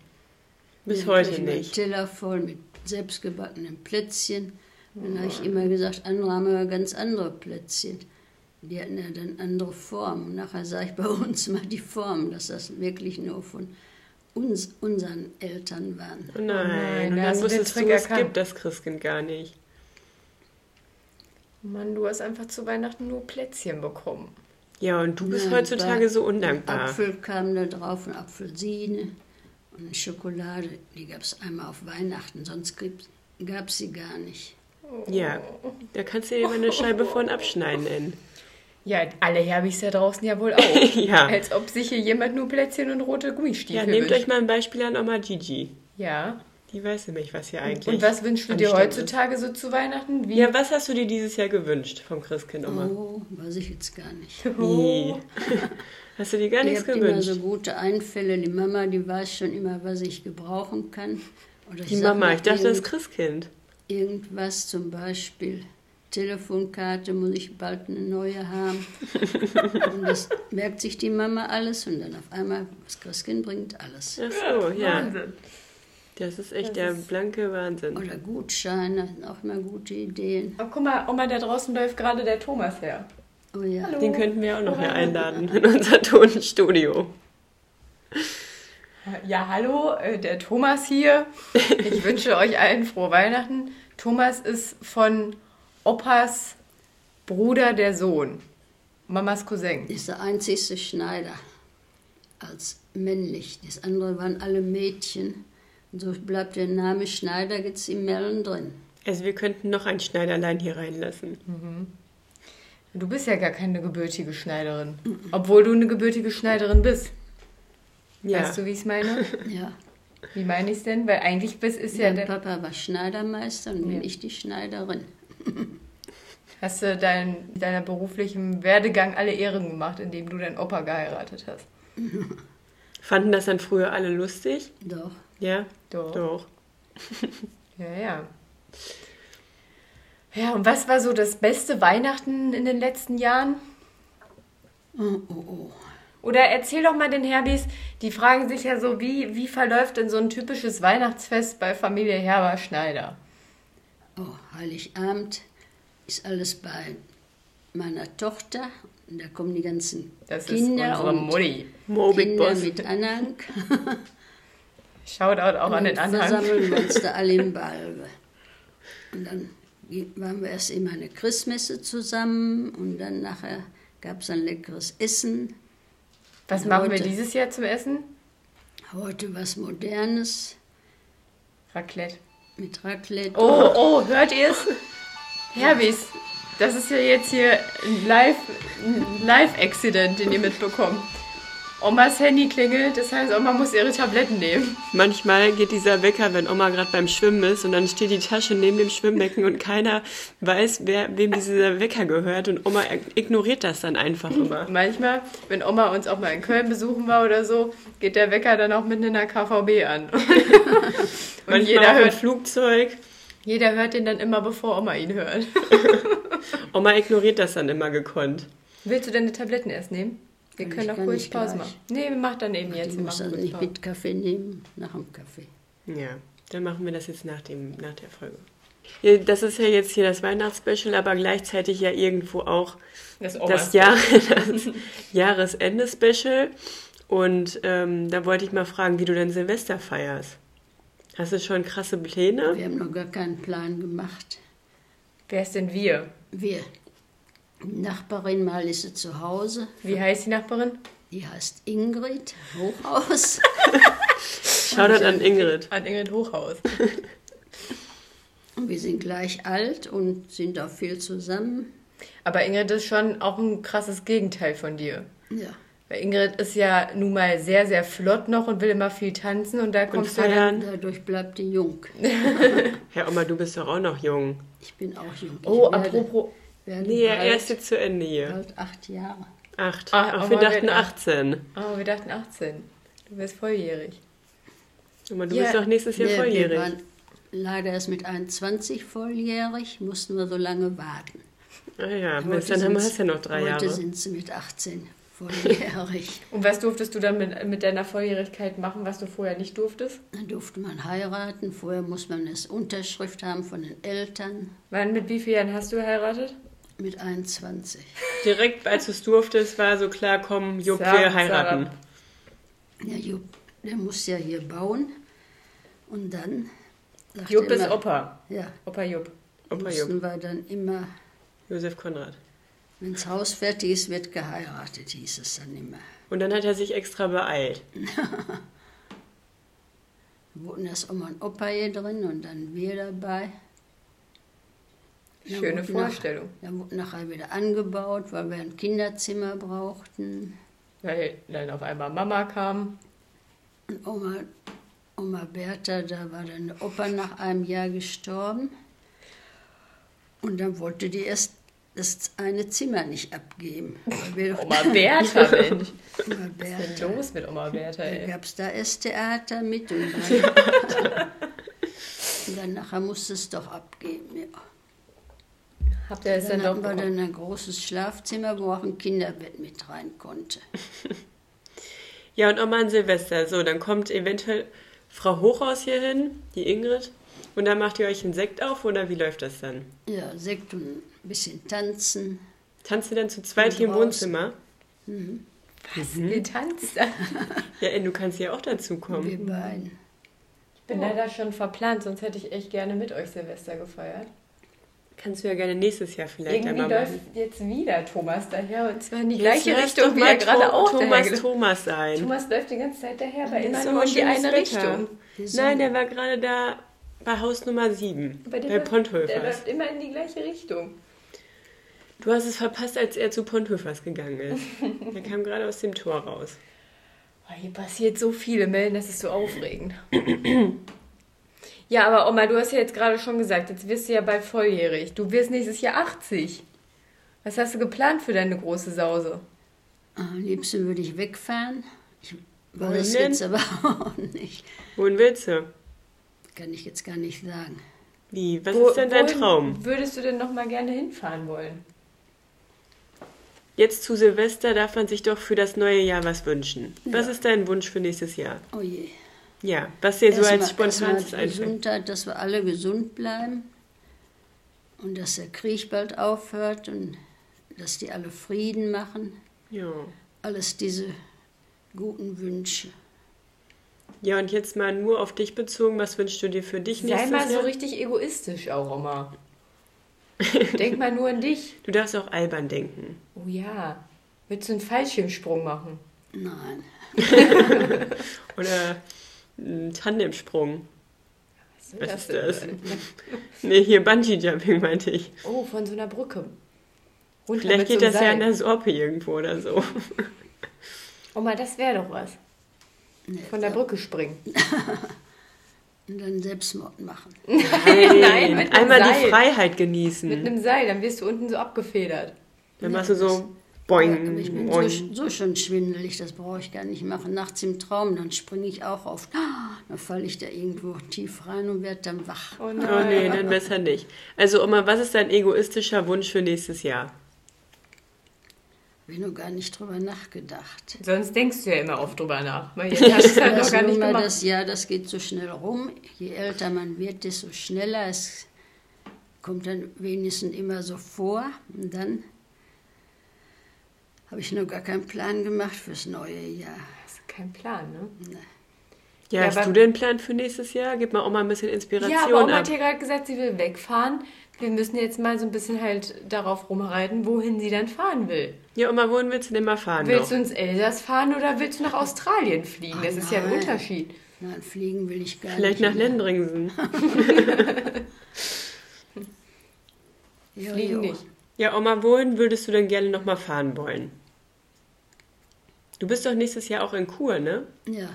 Speaker 2: Bis
Speaker 4: Dann krieg
Speaker 2: heute
Speaker 4: ich meinen
Speaker 2: nicht.
Speaker 4: Teller voll mit selbstgebackenen Plätzchen.
Speaker 2: Oh
Speaker 4: Dann habe ich immer gesagt, andere haben aber ganz andere Plätzchen. Die hatten ja dann andere Formen. Und nachher sah ich bei uns mal die Form, dass das wirklich nur von uns, unseren Eltern waren.
Speaker 2: Oh nein,
Speaker 3: nein,
Speaker 2: und
Speaker 3: da
Speaker 2: dann
Speaker 3: hast du den
Speaker 2: wusstest du,
Speaker 3: Trick
Speaker 2: es
Speaker 3: erkannt.
Speaker 2: gibt das Christkind gar nicht.
Speaker 3: Mann, du hast einfach zu Weihnachten nur Plätzchen bekommen.
Speaker 2: Ja, und du bist
Speaker 4: Nein,
Speaker 2: heutzutage
Speaker 4: war-
Speaker 2: so undankbar.
Speaker 4: Apfel kam da drauf und Apfelsine und Schokolade. Die gab es einmal auf Weihnachten, sonst gab es sie gar nicht.
Speaker 2: Ja, da kannst du dir mal eine Scheibe von abschneiden. Ellen.
Speaker 3: Ja, alle Herbis da draußen ja wohl auch.
Speaker 2: Ja.
Speaker 3: Als ob sich hier jemand nur Plätzchen und rote
Speaker 2: Ja,
Speaker 3: Gummistiefel
Speaker 2: nehmt euch
Speaker 3: wünscht.
Speaker 2: mal ein Beispiel an Oma Gigi.
Speaker 3: Ja.
Speaker 2: Die weiß nämlich, was hier eigentlich
Speaker 3: Und was wünschst du dir
Speaker 2: anstand
Speaker 3: heutzutage so zu Weihnachten?
Speaker 2: ist.
Speaker 3: Wie?
Speaker 2: Ja, was hast du dir dieses Jahr gewünscht vom Christkind, Oma?
Speaker 4: Oh, weiß ich jetzt gar nicht.
Speaker 2: Wie? Hast du dir gar
Speaker 4: Ihr
Speaker 2: nichts
Speaker 4: habt immer
Speaker 2: gewünscht?
Speaker 4: so gute Einfälle. Die Mama, die weiß schon immer, was ich gebrauchen kann. Oder
Speaker 2: Die
Speaker 4: sag
Speaker 2: Mama,
Speaker 4: mal
Speaker 2: ich dachte, das
Speaker 4: irgend-
Speaker 2: ist Christkind.
Speaker 4: Irgendwas zum Beispiel. Telefonkarte muss ich bald eine neue haben. und das merkt sich die Mama alles und dann auf einmal, das Christkind bringt alles.
Speaker 2: Ach so, ja.
Speaker 3: Wahnsinn.
Speaker 2: Das ist echt der blanke Wahnsinn.
Speaker 4: Oder Gutscheine, sind auch immer gute Ideen.
Speaker 3: Oh, guck mal, Oma, da draußen läuft gerade der Thomas her.
Speaker 4: Oh ja.
Speaker 3: Hallo.
Speaker 2: Den könnten wir auch noch hier einladen in unser Tonstudio.
Speaker 3: Ja, hallo, äh, der Thomas hier. Ich wünsche euch allen frohe Weihnachten. Thomas ist von Opas Bruder der Sohn. Mamas Cousin.
Speaker 4: Ist der einzigste Schneider als männlich. Das andere waren alle Mädchen. Und so bleibt der Name Schneider jetzt im Mellen drin.
Speaker 2: Also wir könnten noch ein Schneiderlein hier reinlassen.
Speaker 3: Du bist ja gar keine gebürtige Schneiderin. Obwohl du eine gebürtige Schneiderin bist.
Speaker 2: Ja.
Speaker 3: Weißt du, wie ich es meine?
Speaker 4: Ja.
Speaker 3: Wie meine ich es denn? Weil eigentlich bist, ist ja
Speaker 4: mein
Speaker 3: der.
Speaker 4: Papa war Schneidermeister und bin
Speaker 3: Ja.
Speaker 4: ich die Schneiderin.
Speaker 3: Hast du dein, deiner beruflichen Werdegang alle Ehren gemacht, indem du deinen Opa geheiratet hast?
Speaker 2: Fanden das dann früher alle lustig?
Speaker 4: Doch.
Speaker 2: Ja?
Speaker 3: Doch.
Speaker 2: Doch.
Speaker 3: Ja, ja. Ja, und was war so das beste Weihnachten in den letzten Jahren?
Speaker 4: Oh, oh, oh.
Speaker 3: Oder erzähl doch mal den Herbis, die fragen sich ja so, wie, wie verläuft denn so ein typisches Weihnachtsfest bei Familie Herber Schneider?
Speaker 4: Oh, Heiligabend ist alles bei meiner Tochter. Und da kommen die ganzen
Speaker 3: Das
Speaker 4: Kinder
Speaker 3: ist unsere
Speaker 4: und
Speaker 3: Mutti.
Speaker 2: Mobig
Speaker 4: Kinder
Speaker 2: Boss.
Speaker 4: mit Anhang.
Speaker 3: Shoutout auch an den
Speaker 4: Dann
Speaker 3: anderen.
Speaker 4: versammeln wir uns da alle im Balve. Und dann ge- waren wir erst immer eine Christmesse zusammen und dann nachher gab es ein leckeres Essen.
Speaker 3: Was machen wir
Speaker 4: Leute.
Speaker 3: dieses Jahr zum Essen?
Speaker 4: Heute was Modernes
Speaker 3: Raclette.
Speaker 4: mit Raclette.
Speaker 3: Oh, oh, hört ihr es? Herbis, das ist ja jetzt hier ein Live- ein Live-Accident, den ihr mitbekommt. Omas Handy klingelt, das heißt, Oma muss ihre Tabletten nehmen.
Speaker 2: Manchmal geht dieser Wecker, wenn Oma gerade beim Schwimmen ist und dann steht die Tasche neben dem Schwimmbecken und keiner weiß, wer, wem dieser Wecker gehört und Oma ignoriert das dann einfach immer.
Speaker 3: Manchmal, wenn Oma uns auch mal in Köln besuchen war oder so, geht der Wecker dann auch mitten in der KVB an. Und
Speaker 2: Manchmal
Speaker 3: jeder
Speaker 2: auch im
Speaker 3: hört,
Speaker 2: Flugzeug.
Speaker 3: jeder hört den dann immer, bevor Oma ihn hört.
Speaker 2: Oma ignoriert das dann immer gekonnt.
Speaker 3: Willst du deine Tabletten erst nehmen? Wir
Speaker 4: Kann
Speaker 3: können
Speaker 4: ich
Speaker 3: auch
Speaker 4: gar
Speaker 3: kurz
Speaker 4: nicht
Speaker 3: Pause
Speaker 4: gleich.
Speaker 3: machen. Nee, wir machen dann eben jetzt.
Speaker 4: ich
Speaker 3: Wir
Speaker 4: muss
Speaker 3: machen
Speaker 4: also
Speaker 3: kurz
Speaker 4: nicht
Speaker 3: Pause.
Speaker 4: mit Kaffee nehmen, nach dem Kaffee.
Speaker 2: Ja, dann machen wir das jetzt nach, dem, nach der Folge. Ja, Das ist ja jetzt hier das Weihnachtsspecial, aber gleichzeitig ja irgendwo auch
Speaker 3: Das,
Speaker 2: das, Jahr, das Jahresende-Special. Und ähm, da wollte ich mal fragen, wie du denn Silvester feierst. Hast du schon krasse Pläne?
Speaker 4: Wir haben noch gar keinen Plan gemacht.
Speaker 3: Wer ist denn wir?
Speaker 4: Wir, die Nachbarin, mal ist sie zu Hause,
Speaker 3: Wie heißt die Nachbarin?
Speaker 4: die heißt Ingrid, Hochhaus.
Speaker 2: Shoutout an Ingrid.
Speaker 3: An Ingrid Hochhaus.
Speaker 4: Und wir sind gleich alt und sind auch viel zusammen.
Speaker 3: Aber Ingrid ist schon auch ein krasses Gegenteil von dir.
Speaker 4: Ja.
Speaker 3: Weil Ingrid ist ja nun mal sehr, sehr flott noch und will immer viel tanzen und da
Speaker 2: Und
Speaker 3: kommst du dann.
Speaker 2: feiern.
Speaker 4: Dadurch bleibt die jung.
Speaker 2: Herr Oma, du bist doch auch noch jung.
Speaker 4: Ich bin auch jung. Ich
Speaker 3: Oh,
Speaker 4: werde-
Speaker 3: apropos.
Speaker 4: Werden
Speaker 2: Nee,
Speaker 4: bald,
Speaker 2: erst jetzt zu Ende hier.
Speaker 4: bald acht Jahre.
Speaker 2: Acht.
Speaker 3: Ah,
Speaker 2: Ach,
Speaker 3: Oma
Speaker 2: wir dachten
Speaker 3: wird acht.
Speaker 2: 18.
Speaker 3: Oh, wir dachten 18. Du wärst volljährig.
Speaker 2: Oma, du
Speaker 3: Ja.
Speaker 2: bist doch nächstes Jahr
Speaker 4: Nee, Wir
Speaker 2: volljährig.
Speaker 4: waren leider erst mit 21 volljährig, mussten wir so lange warten.
Speaker 2: Ah ja, bis
Speaker 4: Heute
Speaker 2: dann haben wir
Speaker 4: sind's-
Speaker 2: es ja noch drei
Speaker 4: heute
Speaker 2: Jahre.
Speaker 4: sind sie mit 18 volljährig.
Speaker 3: Und was durftest du dann mit, mit deiner Volljährigkeit machen, was du vorher nicht durftest?
Speaker 4: Dann durfte man heiraten. Vorher muss man das Unterschrift haben von den Eltern
Speaker 3: Wann, mit wie vielen Jahren hast du geheiratet?
Speaker 4: mit 21.
Speaker 2: Direkt als du es durftest, war so klar, komm, Jupp,
Speaker 3: Sarah,
Speaker 2: wir heiraten.
Speaker 3: Sarah.
Speaker 4: Ja, Jupp, der muss ja hier bauen. Und dann sagt
Speaker 3: Jupp
Speaker 4: er
Speaker 3: ist
Speaker 4: immer-
Speaker 3: Opa.
Speaker 4: Ja,
Speaker 3: Opa Jupp.
Speaker 2: Opa Jupp,
Speaker 4: mussten wir dann immer,
Speaker 2: Josef Konrad.
Speaker 4: wenn das Haus fertig ist, wird geheiratet, hieß es dann immer.
Speaker 2: Und dann hat er sich extra beeilt.
Speaker 4: Da wurden erst Oma und Opa hier drin und dann wir dabei. Dann
Speaker 3: Schöne
Speaker 4: wurde nach-
Speaker 3: Vorstellung.
Speaker 4: Dann wurde nachher wieder angebaut, weil wir ein Kinderzimmer brauchten.
Speaker 3: Weil dann auf einmal Mama kam.
Speaker 4: Und Oma, Oma Bertha, da war dann der Opa nach einem Jahr gestorben. Und dann wollte die erst das eine Zimmer nicht abgeben. Weil wir doch-
Speaker 3: Oma Bertha, Mensch.
Speaker 4: Oma
Speaker 3: Was ist
Speaker 4: Bertha.
Speaker 3: denn los mit Oma Bertha,
Speaker 4: Da
Speaker 3: ey?
Speaker 4: gab es da Esstheater mit und dann, und dann nachher musste es doch abgeben. Ja.
Speaker 3: Habt ihr es dann
Speaker 4: Dann
Speaker 3: doch
Speaker 4: hatten wir
Speaker 3: bekommen?
Speaker 4: dann ein großes Schlafzimmer, wo auch ein Kinderbett mit rein konnte.
Speaker 2: Ja, und Oma an Silvester. So, dann kommt eventuell Frau Hochhaus hier hin, die Ingrid. Und dann macht ihr euch einen Sekt auf oder wie läuft das dann?
Speaker 4: Ja, Sekt und ein bisschen tanzen.
Speaker 2: Tanzt ihr dann zu zweit
Speaker 4: Und
Speaker 2: hier im
Speaker 4: draußen.
Speaker 2: Wohnzimmer?
Speaker 3: Was? Ihr tanzt da?
Speaker 2: Ja, Ed, du kannst ja auch dazukommen.
Speaker 3: Mhm.
Speaker 4: Wir beiden.
Speaker 3: Ich bin leider schon verplant, sonst hätte ich echt gerne mit euch Silvester gefeiert.
Speaker 2: Kannst du ja gerne nächstes Jahr vielleicht
Speaker 3: Irgendwie
Speaker 2: einmal machen.
Speaker 3: läuft jetzt wieder Thomas daher und zwar in die
Speaker 2: Jetzt
Speaker 3: gleiche
Speaker 2: lass
Speaker 3: Richtung
Speaker 2: doch
Speaker 3: wie
Speaker 2: mal
Speaker 3: er gerade
Speaker 2: Tho-
Speaker 3: auch
Speaker 2: Thomas
Speaker 3: daher.
Speaker 2: Thomas sein.
Speaker 3: Thomas läuft die ganze Zeit daher, aber
Speaker 2: Ist
Speaker 3: immer
Speaker 2: doch
Speaker 3: nur in die
Speaker 2: schönes
Speaker 3: eine
Speaker 2: Wetter.
Speaker 3: Richtung.
Speaker 4: Die Sonne.
Speaker 2: Nein, der war gerade da bei Haus Nummer 7, bei,
Speaker 3: Aber der
Speaker 2: bei
Speaker 3: läuft- Der
Speaker 2: Ponthöfers.
Speaker 3: läuft immer in die gleiche Richtung.
Speaker 2: Du hast es verpasst, als er zu Ponthöfers gegangen ist. er kam gerade aus dem Tor raus.
Speaker 3: Oh, hier passiert so viele Melden, das ist so aufregend. ja, aber Oma, du hast ja jetzt gerade schon gesagt, jetzt wirst du ja bald volljährig. Du wirst nächstes Jahr 80. Was hast du geplant für deine große Sause?
Speaker 4: Am liebsten würde ich wegfahren. Ich
Speaker 2: Wohin
Speaker 4: weiß
Speaker 2: denn?
Speaker 4: jetzt aber auch nicht.
Speaker 2: Wohin willst du?
Speaker 4: Kann ich jetzt gar nicht sagen.
Speaker 2: Wie? Was
Speaker 3: Wo-
Speaker 2: ist denn dein
Speaker 3: wohin
Speaker 2: Traum?
Speaker 3: Würdest du denn noch mal gerne hinfahren wollen?
Speaker 2: Jetzt zu Silvester darf man sich doch für das neue Jahr was wünschen. Was ist dein Wunsch für nächstes Jahr?
Speaker 4: Oh je.
Speaker 2: Ja, was dir so als
Speaker 4: Erstmal-
Speaker 2: spontanes
Speaker 4: erstmal
Speaker 2: einfällt.
Speaker 4: Gesundheit, dass wir alle gesund bleiben und dass der Krieg bald aufhört und dass die alle Frieden machen.
Speaker 2: Ja.
Speaker 4: Alles diese guten Wünsche.
Speaker 2: ja, und jetzt mal nur auf dich bezogen, was wünschst du dir für dich
Speaker 3: Sei
Speaker 2: nächstes
Speaker 3: mal so
Speaker 2: Jahr?
Speaker 3: richtig egoistisch auch, Oma. Denk mal nur an dich.
Speaker 2: Du darfst auch albern denken.
Speaker 3: Oh ja. Willst du einen Fallschirmsprung machen?
Speaker 4: Nein,
Speaker 2: Oder einen Tandemsprung.
Speaker 3: Was, soll
Speaker 2: Was ist
Speaker 3: denn?
Speaker 2: das? Nee, hier Bungee-Jumping meinte ich.
Speaker 3: Oh, von so einer Brücke. Runter
Speaker 2: Vielleicht
Speaker 3: mit
Speaker 2: geht
Speaker 3: so
Speaker 2: das
Speaker 3: einem
Speaker 2: ja
Speaker 3: Seil.
Speaker 2: an der Sorpe irgendwo oder so.
Speaker 3: Oma, Oh das wäre doch was. Von der Brücke springen.
Speaker 4: und dann Selbstmord machen.
Speaker 2: Nein,
Speaker 3: mit einem
Speaker 2: einmal die
Speaker 3: Seil.
Speaker 2: Freiheit
Speaker 3: Mit
Speaker 2: genießen.
Speaker 3: einem Seil, dann wirst du unten so abgefedert.
Speaker 2: Dann machst du so
Speaker 4: Aber ich
Speaker 2: boing,
Speaker 4: bin so,
Speaker 2: boing.
Speaker 4: sch- so schon schwindelig, das brauche ich gar nicht machen. Nachts im Traum, dann springe ich auch auf. ah, Dann falle ich da irgendwo tief rein und werde dann wach.
Speaker 3: Oh
Speaker 2: Oh nee, dann besser nicht. Also Oma, was ist dein egoistischer Wunsch für nächstes Jahr?
Speaker 4: Habe ich noch gar nicht drüber nachgedacht.
Speaker 3: Sonst denkst du ja immer oft drüber nach. Weil jetzt hast du es halt noch
Speaker 4: Das,
Speaker 3: gar nicht
Speaker 4: Junge,
Speaker 3: gemacht.
Speaker 4: das Jahr, das geht so schnell rum. Je älter man wird, desto schneller. Es kommt dann wenigstens immer so vor. Und dann habe ich noch gar keinen Plan gemacht fürs neue Jahr.
Speaker 3: Das ist kein Plan, ne?
Speaker 2: Ja,
Speaker 3: Ja,
Speaker 2: hast
Speaker 3: aber-
Speaker 2: du denn einen Plan für nächstes Jahr? Gib mal Oma ein bisschen Inspiration
Speaker 3: Ja, aber Oma
Speaker 2: ab.
Speaker 3: hat ja gerade gesagt, sie will wegfahren. Wir müssen jetzt mal so ein bisschen halt darauf rumreiten, wohin sie dann fahren will.
Speaker 2: Ja, Oma, wohin willst du denn mal fahren
Speaker 3: Willst du
Speaker 2: noch?
Speaker 3: ins Elsass fahren oder willst du nach Australien fliegen? Das ist ja ein
Speaker 4: nein.
Speaker 3: Unterschied.
Speaker 4: Nein, fliegen will ich gar
Speaker 2: Vielleicht
Speaker 4: nicht.
Speaker 2: nach Lendringsen.
Speaker 4: Jo,
Speaker 3: Fliegen
Speaker 4: jo.
Speaker 3: nicht.
Speaker 2: Ja, Oma, wohin würdest du denn gerne nochmal fahren wollen? Du bist doch nächstes Jahr auch in Kur, ne?
Speaker 4: Ja,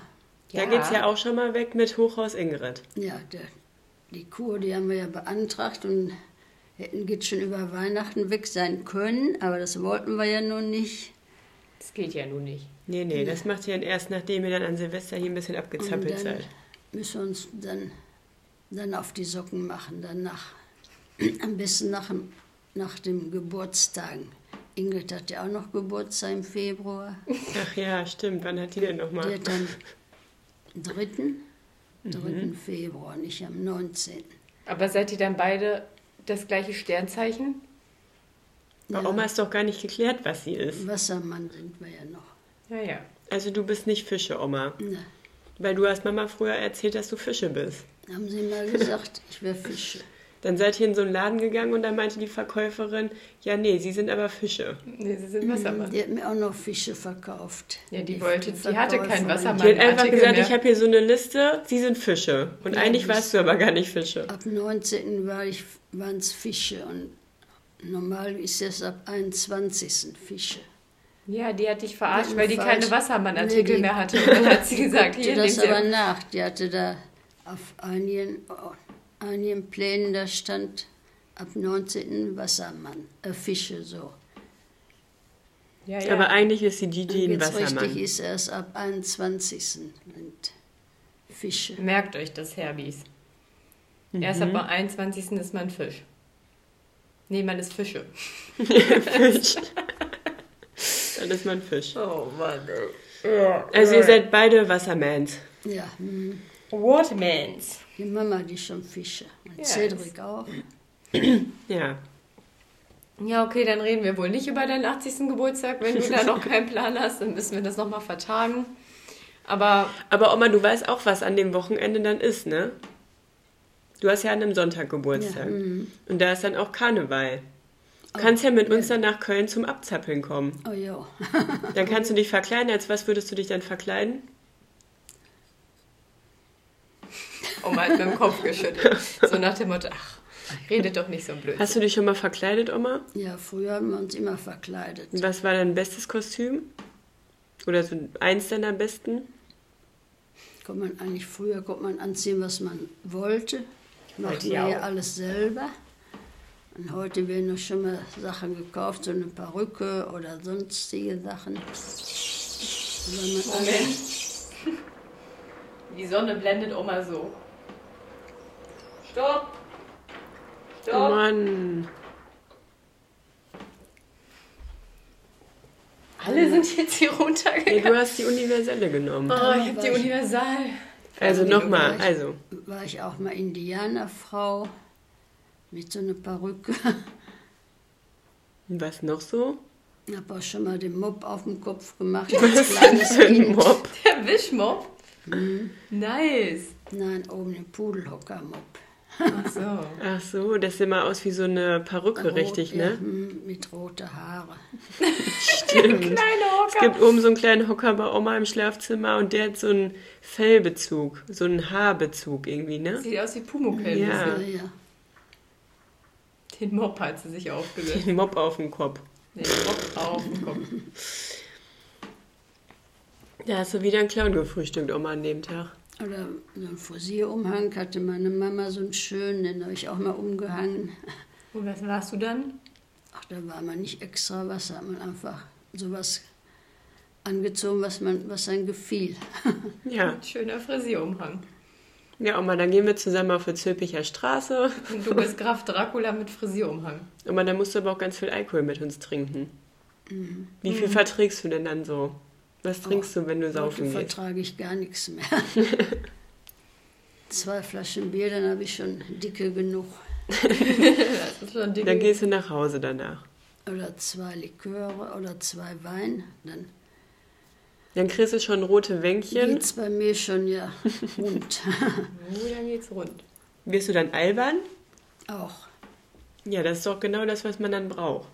Speaker 2: Da geht's ja auch schon mal weg mit Hochhaus Ingrid.
Speaker 4: ja der, die Kur, die haben wir ja beantragt und hätten jetzt schon über Weihnachten weg sein können, aber das wollten wir ja nun nicht.
Speaker 3: Das geht ja nun nicht.
Speaker 2: Nee, nee, das macht ihr dann erst, nachdem ihr dann an Silvester hier ein bisschen
Speaker 4: Und
Speaker 2: abgezappelt
Speaker 4: dann
Speaker 2: seid.
Speaker 4: müssen wir uns dann, dann auf die Socken machen, danach. Am besten nach dem, nach dem Geburtstag. Ingrid hat ja auch noch Geburtstag im Februar.
Speaker 2: Ach ja, stimmt. Wann hat die denn
Speaker 4: Die
Speaker 2: nochmal?
Speaker 4: hat am 3. 3. Februar, nicht am 19.
Speaker 3: Aber seid ihr dann beide das gleiche Sternzeichen?
Speaker 2: Bei Oma ist doch gar nicht geklärt, was sie ist.
Speaker 4: Wassermann sind wir ja noch.
Speaker 3: Ja, ja.
Speaker 2: Also du bist nicht Fische, Oma.
Speaker 4: Ne.
Speaker 2: Weil du hast Mama früher erzählt, dass du Fische bist.
Speaker 4: Haben sie mal gesagt, ich wäre Fische.
Speaker 2: Dann seid ihr in so einen Laden gegangen und dann meinte die Verkäuferin, ja, nee, sie sind aber Fische.
Speaker 3: Nee, sie sind Wassermann.
Speaker 4: Die hat mir auch noch Fische verkauft.
Speaker 3: Ja, die wollte, die hatte
Speaker 4: Verkäuferin.
Speaker 3: keinen Wassermann.
Speaker 2: Die hat einfach
Speaker 3: Artikel
Speaker 2: gesagt,
Speaker 3: mehr.
Speaker 2: ich habe hier so eine Liste, sie sind Fische. Und
Speaker 4: Ja,
Speaker 2: eigentlich
Speaker 4: das-
Speaker 2: warst du aber gar nicht Fische.
Speaker 4: Ab 19. War ich, waren es Fische und normal ist das ab 21. Fische.
Speaker 3: Ja, die hat dich verarscht,
Speaker 4: Ja,
Speaker 3: weil die
Speaker 4: falsch.
Speaker 3: keine Wassermann-Artikel
Speaker 4: Nee, die-
Speaker 3: mehr hatte. Und dann hat sie gesagt,
Speaker 4: Die
Speaker 3: hier,
Speaker 4: das
Speaker 3: nehmt ihr.
Speaker 4: aber nach. Die hatte da auf einigen, auf einigen Plänen, da stand ab 19. Wassermann, äh, Fische so.
Speaker 3: Ja,
Speaker 2: Aber eigentlich ist die Gigi
Speaker 4: Und
Speaker 2: ein
Speaker 4: jetzt richtig
Speaker 2: Wassermann.
Speaker 4: ist erst ab 21. sind Fische.
Speaker 3: Merkt euch das, Herbies.
Speaker 2: Mhm.
Speaker 3: Erst ab dem 21. ist man Fisch. Nee, man ist Fische.
Speaker 2: Fisch. Dann ist man Fisch.
Speaker 3: Oh Mann.
Speaker 2: Also ihr seid beide Wassermans.
Speaker 4: Ja, hm.
Speaker 3: Watermans.
Speaker 4: die Mama, die schon Fische. Und
Speaker 3: Yes.
Speaker 4: Cedric auch.
Speaker 2: Ja.
Speaker 3: Ja, okay, dann reden wir wohl nicht über deinen 80. Geburtstag. Wenn du da noch keinen Plan hast, dann müssen wir das nochmal vertagen. Aber
Speaker 2: Aber Oma, du weißt auch, was an dem Wochenende dann ist, ne? Du hast ja an einem Sonntag Geburtstag. Und da ist dann auch Karneval. Du kannst Oh. ja Oh. mit uns dann nach Köln zum Abzappeln kommen.
Speaker 4: Oh ja.
Speaker 2: Dann kannst du dich verkleiden. Als was würdest du dich dann verkleiden?
Speaker 3: Oma hat oh mit dem Kopf geschüttelt. So nach dem Motto, ach, redet doch nicht so blöd.
Speaker 2: Hast du dich schon mal verkleidet, Oma?
Speaker 4: Ja, früher haben wir uns immer verkleidet. Ne?
Speaker 2: Und Was war dein bestes Kostüm? Oder so eins deiner besten?
Speaker 4: Konnte man eigentlich früher konnte man anziehen, was man wollte. Machte
Speaker 3: ja
Speaker 4: man
Speaker 3: auch.
Speaker 4: ja alles selber. Und heute werden noch schon mal Sachen gekauft, so eine Perücke oder sonstige Sachen. Weil man alle-
Speaker 3: Die Sonne blendet Oma so. Stopp!
Speaker 2: Oh Mann.
Speaker 3: Alle sind jetzt hier runtergegangen.
Speaker 2: Nee, du hast die universelle genommen.
Speaker 3: Oh, ich hab die Universal.
Speaker 2: Also
Speaker 3: die
Speaker 2: nochmal,
Speaker 4: Bereich.
Speaker 2: also.
Speaker 4: war ich auch mal Indianerfrau mit so einer Perücke.
Speaker 2: Was noch so?
Speaker 4: Ich habe auch schon mal den Mob auf dem Kopf gemacht.
Speaker 2: Was
Speaker 4: Als
Speaker 2: denn
Speaker 4: kleines
Speaker 2: für ein
Speaker 4: Kind.
Speaker 2: Mob?
Speaker 3: Der Wischmob?
Speaker 2: Mhm.
Speaker 3: Nice.
Speaker 4: Nein, oben den Pudelhocker-Mob.
Speaker 3: Ach so.
Speaker 2: Ach so, das sieht mal aus wie so eine Perücke, richtig,
Speaker 4: Oh, ja,
Speaker 2: ne?
Speaker 4: hm, mit roten Haare.
Speaker 2: Stimmt.
Speaker 3: Kleine
Speaker 2: Es gibt oben so einen kleinen Hocker bei Oma im Schlafzimmer und der hat so einen Fellbezug, so einen Haarbezug irgendwie, ne?
Speaker 3: Sieht aus wie Pumuckl.
Speaker 2: Ja.
Speaker 4: Ja, ja.
Speaker 3: Den Mob hat sie sich aufgelöst.
Speaker 2: Den Mob auf dem Kopf.
Speaker 3: Nee, den Mob auf den Kopf.
Speaker 2: Da hast du wieder einen Clown gefrühstückt, Oma, an dem Tag.
Speaker 4: Oder so einen Frisierumhang hatte meine Mama, so einen schönen, den habe ich auch mal umgehangen.
Speaker 3: Und was warst du dann?
Speaker 4: Ach, da war man nicht extra was, da hat man einfach sowas angezogen, was, man, was einem gefiel.
Speaker 2: Ja.
Speaker 3: Schöner Frisierumhang.
Speaker 2: Ja, Oma, dann gehen wir zusammen auf die Zülpicher Straße.
Speaker 3: Und du bist Graf Dracula mit Frisierumhang.
Speaker 2: Oma, dann musst du aber auch ganz viel Alkohol mit uns trinken.
Speaker 4: Mhm.
Speaker 2: Wie viel verträgst du denn dann so? Was trinkst du, wenn du
Speaker 4: Oh, Heute
Speaker 2: saufen gehst?
Speaker 4: vertrage ich gar nichts mehr. Zwei Flaschen Bier, dann habe ich schon dicke genug.
Speaker 3: Das ist schon
Speaker 2: Dann
Speaker 3: Ding.
Speaker 2: gehst du nach Hause danach.
Speaker 4: Oder zwei Liköre oder zwei Wein. Dann
Speaker 2: Dann kriegst du schon rote Wänkchen.
Speaker 4: geht's bei mir schon ja rund.
Speaker 3: Oh, dann geht's rund.
Speaker 2: Wirst du dann albern?
Speaker 4: Auch.
Speaker 2: Ja, das ist doch genau das, was man dann braucht.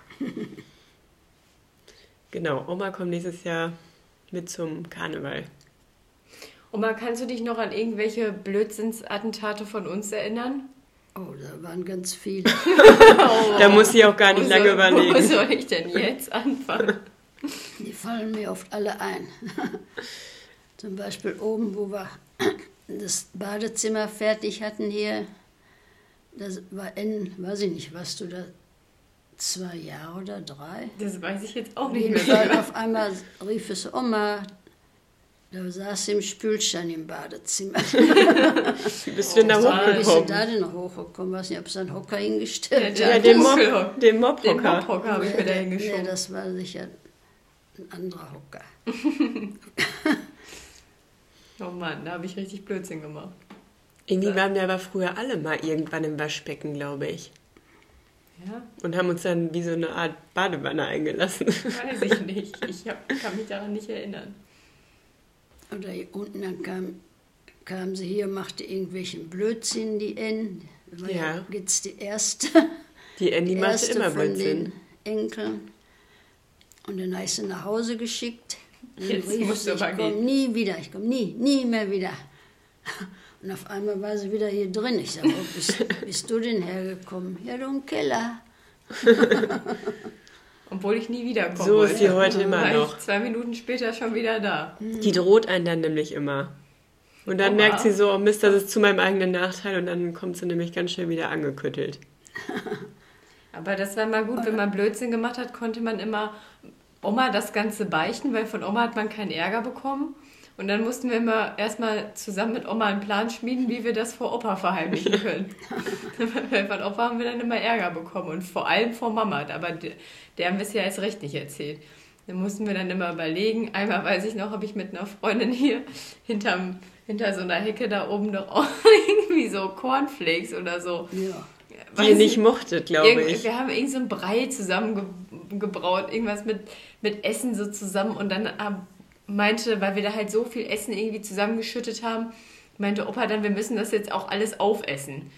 Speaker 2: genau, Oma kommt nächstes Jahr mit zum Karneval.
Speaker 3: Oma, kannst du dich noch an irgendwelche Blödsinnsattentate von uns erinnern?
Speaker 4: Oh, da waren ganz viele.
Speaker 2: Da muss sie auch gar nicht
Speaker 3: Ah. Wo
Speaker 2: lange
Speaker 3: soll- Wo
Speaker 2: überlegen.
Speaker 3: soll ich denn jetzt anfangen?
Speaker 4: Die fallen mir oft alle ein. Zum Beispiel oben, wo wir das Badezimmer fertig hatten hier, das war in, weiß ich nicht, warst du da zwei Jahre oder drei?
Speaker 3: Das weiß ich jetzt auch nicht mehr.
Speaker 4: Jedenfalls auf einmal rief es Oma, da saß sie im Spülstein im Badezimmer.
Speaker 2: Wie bist du denn da
Speaker 4: Wie Oh, bist du
Speaker 2: hochgekommen?
Speaker 4: da denn hochgekommen? Weiß nicht, ob es einen Hocker hingestellt
Speaker 3: Ja,
Speaker 2: Ja,
Speaker 4: hat.
Speaker 2: den
Speaker 3: Hocker.
Speaker 2: Mob, den Mob
Speaker 3: Den Pophocker habe ich mir da
Speaker 4: nee,
Speaker 3: hingeschoben.
Speaker 4: das war sicher ein anderer Hocker.
Speaker 3: Oh Mann, da habe ich richtig Blödsinn gemacht.
Speaker 2: Irgendwie waren wir aber früher alle mal irgendwann im Waschbecken, glaube ich.
Speaker 3: Ja,
Speaker 2: Und haben uns dann wie so eine Art Badewanne eingelassen.
Speaker 3: weiß ich nicht. Ich hab, kann mich daran nicht erinnern.
Speaker 4: Oder hier unten, dann kam, kam sie hier, machte irgendwelchen Blödsinn, die N. War ja.
Speaker 2: Ja.
Speaker 4: jetzt die erste.
Speaker 2: Die Andy macht
Speaker 4: erste
Speaker 2: immer
Speaker 4: von
Speaker 2: Blödsinn.
Speaker 4: den Enkeln. Und dann habe ich sie nach Hause geschickt. Und dann
Speaker 3: Jetzt
Speaker 4: rief
Speaker 3: musst
Speaker 4: sie,
Speaker 3: du
Speaker 4: ich
Speaker 3: aber
Speaker 4: komme
Speaker 3: gehen."
Speaker 4: nie wieder, ich komme nie, nie mehr wieder. Und auf einmal war sie wieder hier drin. Ich sage, wo bist, bist du denn hergekommen? Ja, du im Keller.
Speaker 3: Obwohl ich nie wiederkomme.
Speaker 2: So ist sie heute immer
Speaker 3: war
Speaker 2: noch.
Speaker 3: Ich zwei Minuten später schon wieder da.
Speaker 2: Die droht einen dann nämlich immer. Und dann
Speaker 3: Oha.
Speaker 2: merkt sie so, oh Mist, das ist zu meinem eigenen Nachteil und dann kommt sie nämlich ganz schnell wieder angeküttelt.
Speaker 3: Aber das war mal gut, wenn man Blödsinn gemacht hat, konnte man immer Oma das Ganze beichten, weil von Oma hat man keinen Ärger bekommen. Und dann mussten wir immer erstmal zusammen mit Oma einen Plan schmieden, wie wir das vor Opa verheimlichen können. Weil von Opa haben wir dann immer Ärger bekommen und vor allem vor Mama. Aber der, der haben wir es ja erst recht nicht erzählt. Dann mussten wir dann immer überlegen. Einmal weiß ich noch, habe ich mit einer Freundin hier hinterm, hinter so einer Hecke da oben doch auch irgendwie so Cornflakes oder so.
Speaker 4: Ja.
Speaker 2: Die ihr nicht mochtet, glaube
Speaker 3: Irgend-
Speaker 2: ich.
Speaker 3: Wir haben irgend so einen Brei zusammengebraut, irgendwas mit, mit Essen so zusammen. Und dann ähm, meinte, weil wir da halt so viel Essen irgendwie zusammengeschüttet haben, meinte Opa dann, wir müssen das jetzt auch alles aufessen.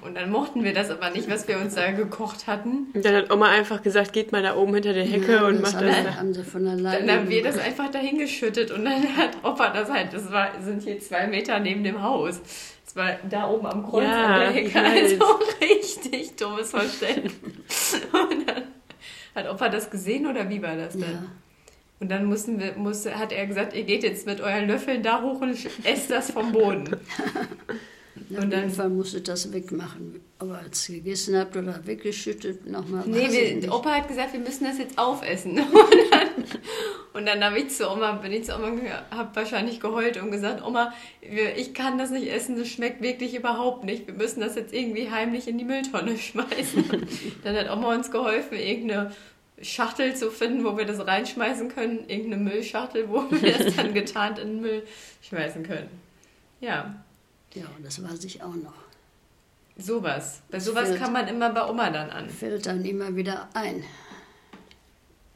Speaker 3: Und dann mochten wir das aber nicht, was wir uns da gekocht hatten.
Speaker 2: Und dann hat Oma einfach gesagt, geht mal da oben hinter der Hecke
Speaker 4: Ja,
Speaker 2: und
Speaker 4: das
Speaker 2: macht
Speaker 4: haben,
Speaker 2: das.
Speaker 4: sie- haben sie von alleine.
Speaker 3: Dann haben wir das einfach dahin geschüttet und dann hat Opa das halt, das war, sind hier zwei Meter neben dem Haus. Das war da oben am Kreuz
Speaker 2: Ja,
Speaker 3: an der Hecke.
Speaker 2: ich weiß.
Speaker 3: Also richtig dummes Verständnis. und dann hat Opa das gesehen oder wie war das dann?
Speaker 4: ja.
Speaker 3: Und dann mussten wir, musste, hat er gesagt, ihr geht jetzt mit euren Löffeln da hoch und sch- esst das vom Boden.
Speaker 4: Na,
Speaker 3: Und
Speaker 4: Auf jeden
Speaker 3: dann,
Speaker 4: Fall musst du das wegmachen. Aber als ihr gegessen habt oder weggeschüttet, nochmal.
Speaker 3: nee,
Speaker 4: weiß ich nicht.
Speaker 3: wir, Opa hat gesagt, wir müssen das jetzt aufessen. Und dann, und dann habe ich zu Oma, bin ich zu Oma gegangen, habe wahrscheinlich geheult und gesagt, Oma, wir, ich kann das nicht essen, das schmeckt wirklich überhaupt nicht. Wir müssen das jetzt irgendwie heimlich in die Mülltonne schmeißen. dann hat Oma uns geholfen, irgendeine Schachtel zu finden, wo wir das reinschmeißen können, irgendeine Müllschachtel, wo wir das dann getarnt in den Müll schmeißen können. Ja,
Speaker 4: Ja, das weiß ich auch noch.
Speaker 3: Sowas. Bei sowas
Speaker 4: fehlt.
Speaker 3: kam man immer bei Oma dann an.
Speaker 4: Fällt dann immer wieder ein.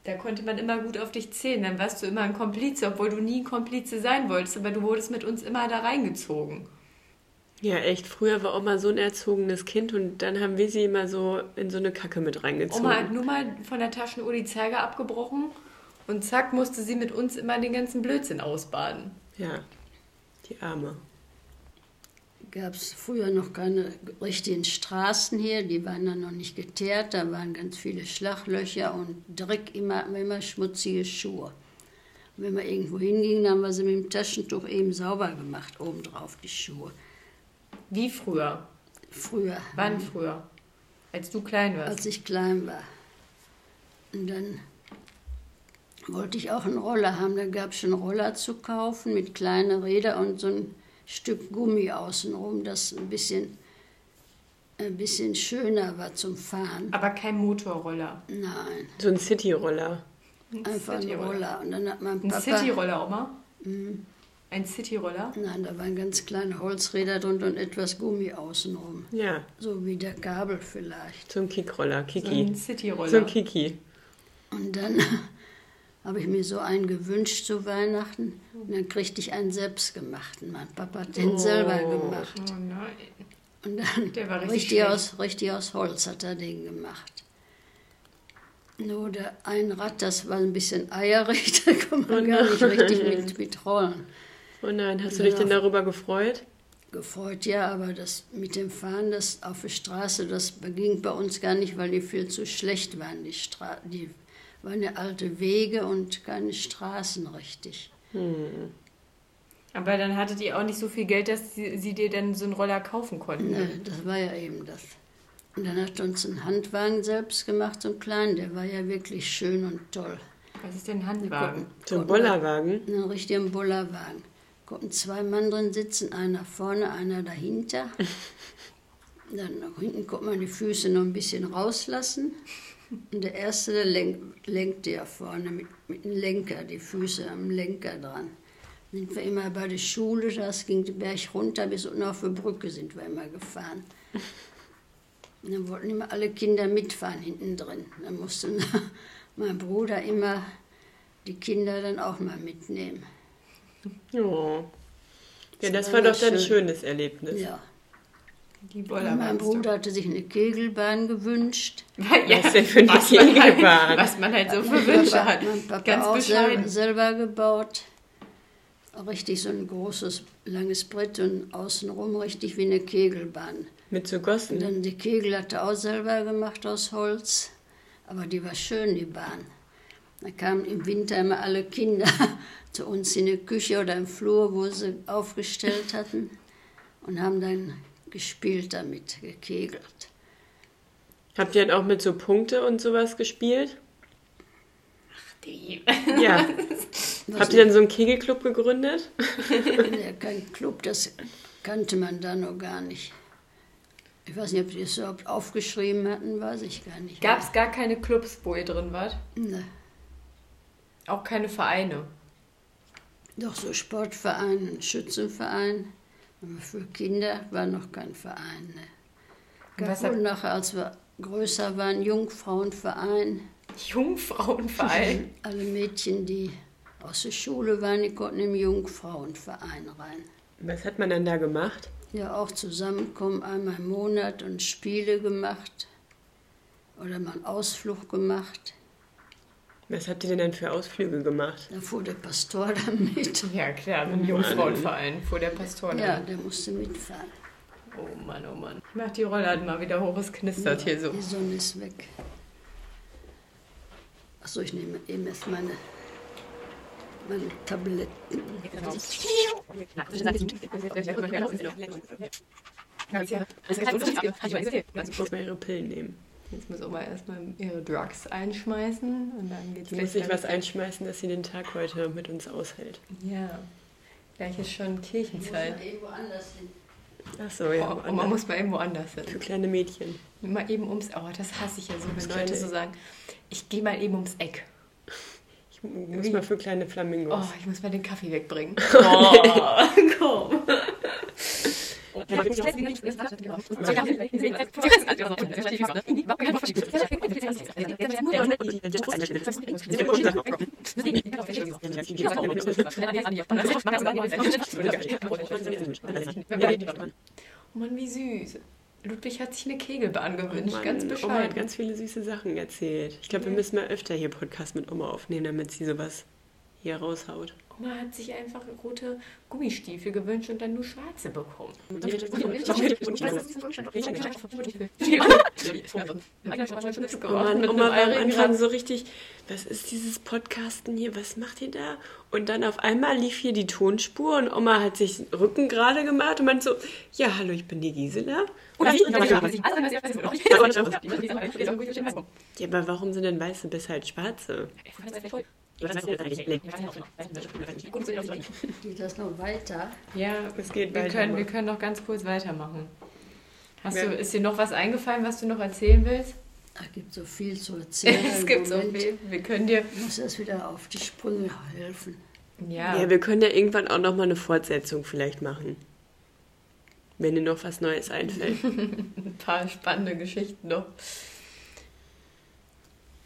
Speaker 3: Da konnte man immer gut auf dich zählen. Dann warst du immer ein Komplize, obwohl du nie ein Komplize sein wolltest, aber du wurdest mit uns immer da reingezogen.
Speaker 2: Ja, echt. Früher war Oma so ein erzogenes Kind und dann haben wir sie immer so in so eine Kacke mit reingezogen.
Speaker 3: Oma hat nur mal von der Taschenuhr die Zeiger abgebrochen und zack musste sie mit uns immer den ganzen Blödsinn ausbaden.
Speaker 2: Ja. Die Arme.
Speaker 4: Gab es früher noch keine richtigen Straßen hier, die waren dann noch nicht geteert, da waren ganz viele Schlachlöcher und Dreck, immer, immer schmutzige Schuhe. Und wenn wir irgendwo hingingen, haben wir sie mit dem Taschentuch eben sauber gemacht, obendrauf die Schuhe.
Speaker 3: Wie früher.
Speaker 4: Früher.
Speaker 3: Wann früher? Als du klein warst.
Speaker 4: als ich klein war. Und dann wollte ich auch einen Roller haben. Da gab es schon Roller zu kaufen mit kleinen Rädern und so ein Stück Gummi außenrum, das ein bisschen, ein bisschen schöner war zum Fahren.
Speaker 3: Aber kein Motorroller.
Speaker 4: Nein,
Speaker 2: So ein Cityroller.
Speaker 4: einfach ein
Speaker 3: Cityroller.
Speaker 4: Roller. Und dann hat mein
Speaker 3: Ein
Speaker 4: Papa... Mhm.
Speaker 3: Cityroller, Oma? Ein Cityroller?
Speaker 4: Nein, da waren ganz kleine Holzräder drunter und etwas Gummi außenrum.
Speaker 2: Ja.
Speaker 4: So wie der Kabel vielleicht.
Speaker 2: So ein Kickroller. Kiki.
Speaker 3: Ein Cityroller.
Speaker 2: So ein Kiki.
Speaker 4: Und dann habe ich mir so einen gewünscht zu Weihnachten. Und dann kriegte ich einen selbstgemachten. Mein Papa hat den selber gemacht.
Speaker 3: oh nein.
Speaker 4: Und dann
Speaker 3: Der war richtig
Speaker 4: richtig,
Speaker 3: schlecht.
Speaker 4: aus, richtig aus Holz hat er den gemacht. Nur der ein Rad, das war ein bisschen eierig, da kann man gar nicht richtig mit, mit rollen.
Speaker 2: Oh nein, hast du dich
Speaker 4: Ja.
Speaker 2: denn darüber gefreut?
Speaker 4: Gefreut, ja, aber das mit dem Fahren das auf der Straße, das ging bei uns gar nicht, weil die viel zu schlecht waren. Die, Stra die waren ja alte Wege und keine Straßen richtig.
Speaker 3: Aber dann hattet ihr auch nicht so viel Geld, dass sie, sie dir dann so einen Roller kaufen konnten.
Speaker 4: Ne, das war ja eben das. Und dann hat er uns einen Handwagen selbst gemacht, so einen kleinen, der war ja wirklich schön und toll.
Speaker 3: Was ist denn Handwagen?
Speaker 2: So ein
Speaker 4: Konnten wir-
Speaker 2: Bollerwagen.
Speaker 4: Einen richtigen Bullerwagen. Konnten zwei Mann drin sitzen, einer vorne, einer dahinter. Dann nach hinten konnte man die Füße noch ein bisschen rauslassen. Und der erste, der lenk, lenkte ja vorne mit, mit dem Lenker, die Füße am Lenker dran. Sind wir immer bei der Schule, das ging den Berg runter, bis unten auf der Brücke sind wir immer gefahren. Und dann wollten immer alle Kinder mitfahren hinten drin. Dann musste mein Bruder immer die Kinder dann auch mal mitnehmen.
Speaker 2: Oh. Ja, das
Speaker 4: Das war
Speaker 2: war
Speaker 4: mal
Speaker 2: doch dann ein
Speaker 4: schön.
Speaker 2: schönes Erlebnis.
Speaker 4: Ja.
Speaker 3: Die
Speaker 4: Und mein
Speaker 3: Bollerwagen.
Speaker 4: Bruder hatte sich eine Kegelbahn gewünscht.
Speaker 3: Ja,
Speaker 2: Was denn für eine
Speaker 3: was man
Speaker 2: Kegelbahn?
Speaker 3: halt, was man halt so für
Speaker 4: Mein
Speaker 3: Wünsche
Speaker 4: Papa-
Speaker 3: hat.
Speaker 4: Mein Papa
Speaker 3: Ganz
Speaker 4: auch selber,
Speaker 3: bescheiden.
Speaker 4: selber gebaut. Richtig so ein großes, langes Brett und außenrum richtig wie eine Kegelbahn.
Speaker 2: Mit so
Speaker 4: Und
Speaker 2: Gossen.
Speaker 4: dann die Kegel hat er auch selber gemacht aus Holz. Aber die war schön, die Bahn. Da kamen im Winter immer alle Kinder zu uns in die Küche oder im Flur, wo sie aufgestellt hatten und haben dann gespielt damit, gekegelt.
Speaker 2: Habt ihr dann auch mit so Punkte und sowas gespielt?
Speaker 3: Die.
Speaker 2: Ja. Habt ihr dann so einen Kegelclub gegründet?
Speaker 4: Ja, kein Club, das kannte man da noch gar nicht. Ich weiß nicht, ob die es überhaupt aufgeschrieben hatten, weiß ich gar nicht.
Speaker 3: Gab es gar keine Clubs, wo ihr drin wart?
Speaker 4: Ne.
Speaker 3: Auch keine Vereine.
Speaker 4: Doch so Sportverein, ein Schützenverein. Aber für Kinder war noch kein Verein. Ne?
Speaker 3: Und was
Speaker 4: Gab wohl nachher, als wir größer waren, Jungfrauenverein.
Speaker 3: Jungfrauenverein.
Speaker 4: Alle Mädchen, die aus der Schule waren, die konnten im Jungfrauenverein rein.
Speaker 2: Was hat man dann da gemacht?
Speaker 4: Ja, auch zusammenkommen, einmal im Monat und Spiele gemacht. Oder mal einen Ausflug gemacht.
Speaker 2: Was habt ihr denn dann für Ausflüge gemacht?
Speaker 4: Da fuhr der Pastor dann mit.
Speaker 3: ja, klar, mit dem Jungfrauenverein, vor der Pastoren.
Speaker 4: Ja, der musste mitfahren.
Speaker 3: Oh Mann, oh Mann. Ich mach die Rollladen mal wieder hoch, es knistert hier so.
Speaker 4: Die Sonne ist weg. Achso, ich nehme eben erst meine, meine Tabletten.
Speaker 2: Also, Ich muss mal ihre Pillen nehmen.
Speaker 3: Jetzt muss Oma erstmal ihre Drugs einschmeißen und dann geht's
Speaker 2: Sie muss sich
Speaker 3: weiter.
Speaker 2: was einschmeißen, dass sie den Tag heute mit uns aushält.
Speaker 3: Ja. Gleich ist schon Kirchenzeit.
Speaker 4: irgendwo anders hin.
Speaker 2: Ach so, ja.
Speaker 3: Oh, Oma muss mal irgendwo anders
Speaker 2: für
Speaker 3: hin.
Speaker 2: kleine Mädchen.
Speaker 3: Mal eben ums. Oh, das hasse ich ja so, wenn
Speaker 2: kleine
Speaker 3: Leute so
Speaker 2: Eck.
Speaker 3: sagen, ich gehe mal eben ums Eck.
Speaker 2: Ich muss mal für kleine Flamingos.
Speaker 3: Oh, ich muss mal den Kaffee wegbringen. Oh, komm. Mann, wie süß. Ludwig hat sich eine Kegelbahn gewünscht,
Speaker 2: Oh Mann,
Speaker 3: ganz
Speaker 2: Oma hat
Speaker 3: bescheiden.
Speaker 2: ganz viele süße Sachen erzählt. Ich glaube, wir müssen mal öfter hier Podcast mit Oma aufnehmen, damit sie sowas hier raushaut.
Speaker 3: Oma hat sich einfach rote Gummistiefel gewünscht und dann nur schwarze bekommen.
Speaker 2: Oh Mann, Oma war am Anfang so richtig, was ist dieses Podcasten hier, was macht ihr da? Und dann auf einmal lief hier die Tonspur und Oma hat sich den Rücken gerade gemacht und meint so, ja, hallo, ich bin die
Speaker 3: Oh,
Speaker 2: Gisela. Ja, aber warum sind denn Weiße besser als Schwarze?
Speaker 4: Geht das noch weiter?
Speaker 3: Ja,
Speaker 2: Es geht
Speaker 3: wir
Speaker 2: weiter,
Speaker 3: können,
Speaker 2: Oma.
Speaker 3: wir können noch ganz kurz weitermachen. Hast
Speaker 2: Ja.
Speaker 3: du, ist dir noch was eingefallen, was du noch erzählen willst?
Speaker 4: Ach, Es gibt so viel zu erzählen.
Speaker 3: es gibt so
Speaker 4: Moment.
Speaker 3: viel. Wir können dir.
Speaker 4: Ich muss erst wieder auf die Sprünge helfen.
Speaker 3: Ja,
Speaker 2: Ja, wir können ja irgendwann auch nochmal eine Fortsetzung vielleicht machen. Wenn dir noch was Neues einfällt.
Speaker 3: ein paar spannende Geschichten noch.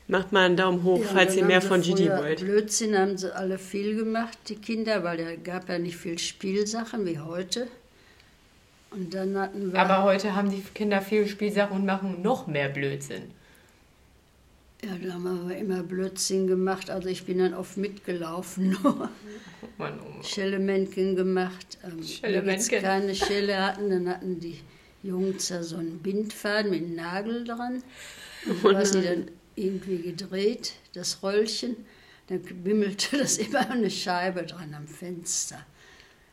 Speaker 2: Macht mal einen Daumen hoch,
Speaker 4: Ja, und
Speaker 2: falls
Speaker 4: dann
Speaker 2: ihr mehr
Speaker 4: haben sie
Speaker 2: von Gigi
Speaker 4: früher
Speaker 2: wollt.
Speaker 4: Blödsinn haben sie alle viel gemacht, die Kinder, weil da gab ja nicht viel Spielsachen wie heute. Und dann hatten wir.
Speaker 3: Aber heute haben die Kinder viel Spielsachen und machen noch mehr Blödsinn.
Speaker 4: ja, da haben wir immer Blödsinn gemacht. Also ich bin dann oft mitgelaufen. nur.
Speaker 3: Mann, oh Mann.
Speaker 4: Schellemännchen gemacht. Ähm,
Speaker 3: Schellemännchen.
Speaker 4: Wenn wir keine Schelle hatten, dann hatten die Jungs da so einen Bindfaden mit einem Nagel dran. Und du hast die dann irgendwie gedreht, das Röllchen. Dann bimmelte das immer eine Scheibe dran am Fenster.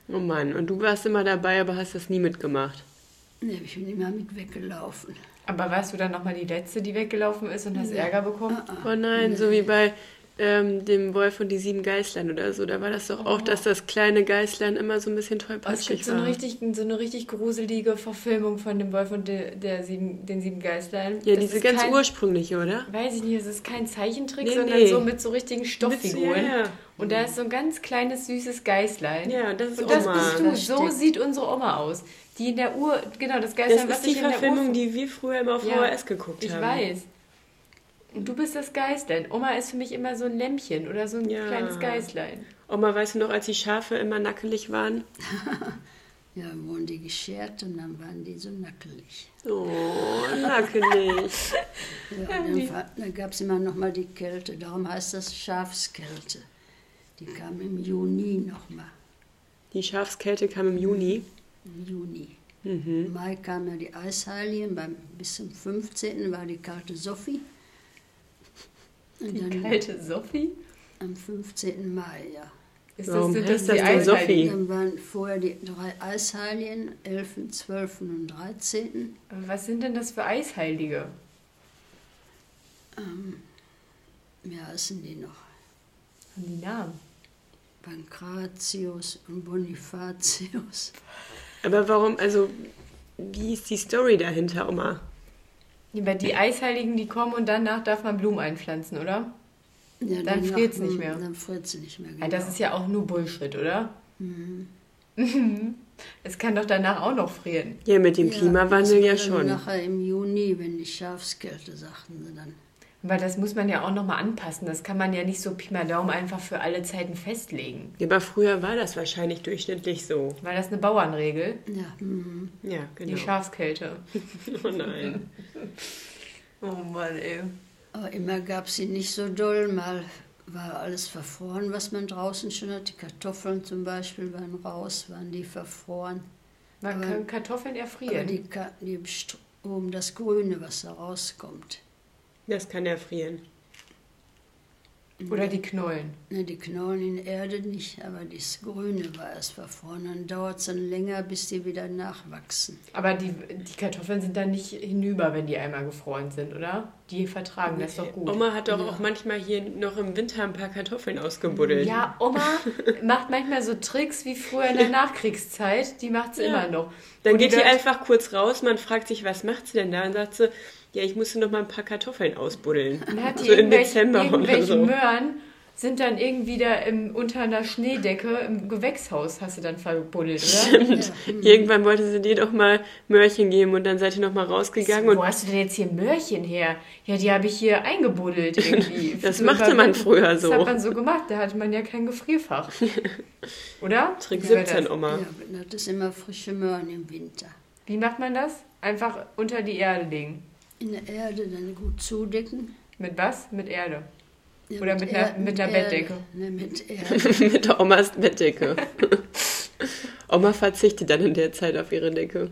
Speaker 2: Oh Mann, und du warst immer dabei, aber hast das nie mitgemacht.
Speaker 4: Nee, ich bin immer mit weggelaufen.
Speaker 3: Aber warst du dann nochmal die Letzte, die weggelaufen ist und hast Ärger bekommen?
Speaker 2: Oh nein, so wie bei ähm, dem Wolf und die sieben Geißlein oder so. Da war das doch auch, dass das kleine Geißlein immer so ein bisschen
Speaker 3: Es Oh. gibt
Speaker 2: tollpatschig
Speaker 3: so eine,
Speaker 2: war.
Speaker 3: richtig, so eine richtig gruselige Verfilmung von dem Wolf und der, der sieben, den sieben Geißlein.
Speaker 2: ja,
Speaker 3: Das
Speaker 2: diese
Speaker 3: ist
Speaker 2: ganz
Speaker 3: kein,
Speaker 2: ursprüngliche, oder?
Speaker 3: Weiß ich nicht, es ist kein Zeichentrick,
Speaker 2: Nee,
Speaker 3: sondern
Speaker 2: nee.
Speaker 3: so mit so richtigen Stofffiguren.
Speaker 2: Mit- ja, ja.
Speaker 3: Und da ist so ein ganz kleines, süßes Geißlein.
Speaker 2: Ja, Oh das ist
Speaker 3: und das
Speaker 2: Oma.
Speaker 3: bist du.
Speaker 4: Das
Speaker 3: So
Speaker 4: stimmt.
Speaker 3: sieht unsere Oma aus. Die in der Uhr, genau, das
Speaker 2: Das
Speaker 3: Geißlein, was
Speaker 2: ist die
Speaker 3: ich in der Uhr
Speaker 2: Verfilmung, die wir früher immer auf
Speaker 3: Ja,
Speaker 2: VHS geguckt
Speaker 3: Ich
Speaker 2: haben.
Speaker 3: weiß. Und du bist das Geistlein. Oma ist für mich immer so ein Lämmchen oder so ein
Speaker 2: Ja.
Speaker 3: kleines Geistlein.
Speaker 2: Oma, weißt du noch, als die Schafe immer nackelig waren?
Speaker 4: Ja, dann wurden die geschert und dann waren die so nackelig.
Speaker 2: Oh, nackelig.
Speaker 4: Ja, und dann war- dann gab es immer noch mal die Kälte. Darum heißt das Schafskälte. Die kam im Juni noch mal.
Speaker 2: Die Schafskälte kam im Juni.
Speaker 4: im Juni. Im Mai kamen ja die Eisheiligen, beim, bis zum 15. war die kalte Sophie. Und dann
Speaker 2: genau.
Speaker 3: Kalte Sophie?
Speaker 4: am 15. Mai, ja.
Speaker 3: Ist
Speaker 2: Warum
Speaker 3: sind
Speaker 2: heißt
Speaker 3: die
Speaker 2: das denn
Speaker 3: Eisheiligen?
Speaker 2: Sophie?
Speaker 4: Dann waren vorher die drei Eisheiligen, 11., 12. und 13.
Speaker 3: Aber Was sind denn das für Eisheilige?
Speaker 4: ähm, wie heißen die noch?
Speaker 3: Haben die Namen?
Speaker 4: Pankratius und Bonifatius.
Speaker 2: Aber warum, also, wie ist die Story dahinter, Oma?
Speaker 3: Über die Eisheiligen, die kommen und danach darf man Blumen einpflanzen, oder?
Speaker 4: Ja,
Speaker 3: Dann
Speaker 4: danach-
Speaker 3: friert's nicht mehr.
Speaker 4: Dann friert sie nicht mehr. Genau.
Speaker 3: Ja, das ist ja auch nur Bullshit, oder? Mhm. es kann doch danach auch noch frieren.
Speaker 2: Ja, mit dem
Speaker 4: Ja,
Speaker 2: Klimawandel
Speaker 4: das
Speaker 2: ja
Speaker 4: war
Speaker 2: schon.
Speaker 4: dann Nachher im Juni, wenn die Schafskälte, sagten sie dann.
Speaker 3: Aber das muss man ja auch nochmal anpassen. Das kann man ja nicht so Pi mal Daumen einfach für alle Zeiten festlegen.
Speaker 2: Ja, aber früher war das wahrscheinlich durchschnittlich so.
Speaker 3: Weil das eine Bauernregel,
Speaker 4: Ja, mhm.
Speaker 2: Ja,
Speaker 3: die
Speaker 2: genau.
Speaker 3: Schafskälte.
Speaker 2: oh nein.
Speaker 3: Oh Mann, ey.
Speaker 4: aber immer gab sie nicht so doll. Mal war alles verfroren, was man draußen schon hat. Die Kartoffeln zum Beispiel waren raus, waren die verfroren.
Speaker 3: Man
Speaker 4: Aber-
Speaker 3: kann Kartoffeln
Speaker 4: Aber
Speaker 3: erfrieren.
Speaker 4: die, Ka- die Str- oben das Grüne, was da rauskommt.
Speaker 2: Das kann erfrieren.
Speaker 3: Oder die Knollen.
Speaker 4: Ne, die Knollen in Erde nicht, aber das Grüne war erst verfroren. Dann dauert es dann länger, bis die wieder nachwachsen.
Speaker 3: Aber die, die Kartoffeln sind dann nicht hinüber, wenn die einmal gefroren sind, oder? Die vertragen das doch gut.
Speaker 2: Oma hat doch auch manchmal hier noch im Winter ein paar Kartoffeln ausgebuddelt.
Speaker 3: Ja, Oma macht manchmal so Tricks wie früher in der Nachkriegszeit. Die macht sie
Speaker 2: Ja.
Speaker 3: immer noch.
Speaker 2: Dann
Speaker 3: Wo
Speaker 2: geht
Speaker 3: die
Speaker 2: die
Speaker 3: dann-
Speaker 2: einfach kurz raus, man fragt sich, was macht sie denn da? Und sagt sie, ja, ich musste noch mal ein paar Kartoffeln ausbuddeln.
Speaker 3: Dann hat die
Speaker 2: so im
Speaker 3: irgendwelche-
Speaker 2: Dezember oder
Speaker 3: irgendwelche
Speaker 2: so.
Speaker 3: Möhren sind dann irgendwie da im, unter einer Schneedecke im Gewächshaus hast du dann verbuddelt, oder?
Speaker 2: Irgendwann wollte sie dir doch mal Möhrchen geben und dann seid ihr noch mal rausgegangen
Speaker 3: Wo
Speaker 2: und
Speaker 3: hast du denn jetzt hier Möhrchen her? Ja, die habe ich hier eingebuddelt irgendwie.
Speaker 2: Das
Speaker 3: So
Speaker 2: machte man
Speaker 3: überwinden.
Speaker 2: früher so.
Speaker 3: Das hat man so gemacht, da hatte man ja kein Gefrierfach. Oder?
Speaker 2: Trick
Speaker 3: Wie war
Speaker 2: 17
Speaker 3: das?
Speaker 2: Oma.
Speaker 4: Ja, das ist immer frische Möhren im Winter.
Speaker 3: Wie macht man das? Einfach unter die Erde legen.
Speaker 4: In der Erde dann gut zudecken.
Speaker 3: Mit was? Mit Erde.
Speaker 4: Ja,
Speaker 3: Oder mit einer-
Speaker 4: Er-
Speaker 3: mit einer
Speaker 4: Erde.
Speaker 3: Bettdecke.
Speaker 4: Ne, mit Erde.
Speaker 2: Mit der Omas Bettdecke. Oma verzichtet dann in der Zeit auf ihre Decke.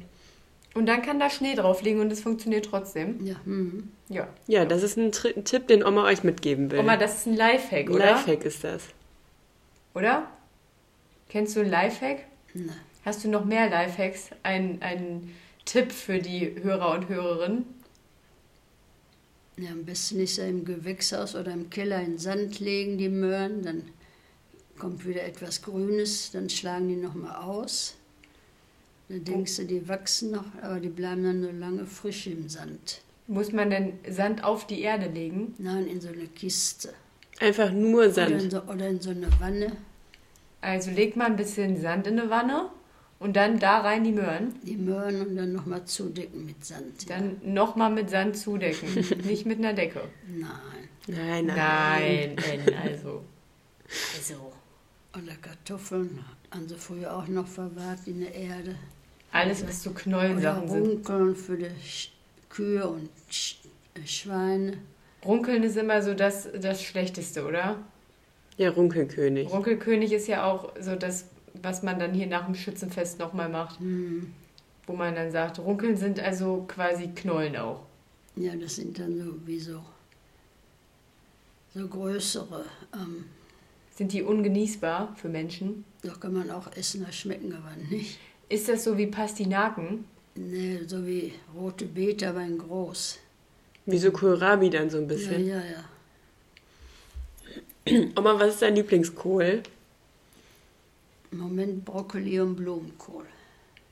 Speaker 3: Und dann kann da Schnee drauf liegen und es funktioniert trotzdem.
Speaker 4: Ja, hm.
Speaker 3: Ja.
Speaker 2: Ja, das ist ein Tri Tipp, den Oma euch mitgeben will.
Speaker 3: Oma, das ist ein Lifehack, oder?
Speaker 2: Lifehack ist das.
Speaker 3: Oder? Kennst du ein Lifehack?
Speaker 4: Nein.
Speaker 3: Hast du noch mehr Lifehacks? Ein, ein Tipp für die Hörer und Hörerinnen?
Speaker 4: Ja, am besten ist er im Gewächshaus oder im Keller in Sand legen, die Möhren. Dann kommt wieder etwas Grünes, dann schlagen die nochmal aus. Dann denkst du, die wachsen noch, aber die bleiben dann so lange frisch im Sand.
Speaker 3: Muss man denn Sand auf die Erde legen?
Speaker 4: Nein, in so eine Kiste.
Speaker 2: Einfach nur
Speaker 4: Oder
Speaker 2: Sand.
Speaker 4: in, so, oder in so eine Wanne.
Speaker 3: Also legt man ein bisschen Sand in eine Wanne und dann da rein die Möhren.
Speaker 4: Die Möhren und dann nochmal zudecken mit Sand.
Speaker 3: Dann nochmal mit Sand zudecken. Nicht mit einer Decke.
Speaker 4: Nein.
Speaker 2: Nein, nein.
Speaker 3: Nein, N, also. Also.
Speaker 4: Oder Kartoffeln haben sie früher auch noch verwahrt in der Erde.
Speaker 3: Alles, was so
Speaker 4: Oder
Speaker 3: Knollensachen sind.
Speaker 4: Runkeln für die Sch- Kühe und Sch äh, Schweine.
Speaker 3: Runkeln ist immer so das, das Schlechteste, oder?
Speaker 2: Ja, Runkelkönig.
Speaker 3: Runkelkönig ist ja auch so das, was man dann hier nach dem Schützenfest nochmal macht.
Speaker 2: Hm.
Speaker 3: Wo man dann sagt, Runkeln sind also quasi Knollen auch.
Speaker 4: Ja, das sind dann so wie so, so größere. Ähm,
Speaker 3: Sind die ungenießbar für Menschen?
Speaker 4: da kann man auch essen, das schmecken aber nicht.
Speaker 3: Ist das so wie Pastinaken?
Speaker 4: Nee, so wie rote Beete, aber in groß.
Speaker 2: Wie so Kohlrabi dann so ein
Speaker 4: Ja,
Speaker 2: bisschen.
Speaker 4: ja, ja.
Speaker 2: Oma, was ist dein Lieblingskohl?
Speaker 4: Im Moment Brokkoli und Blumenkohl.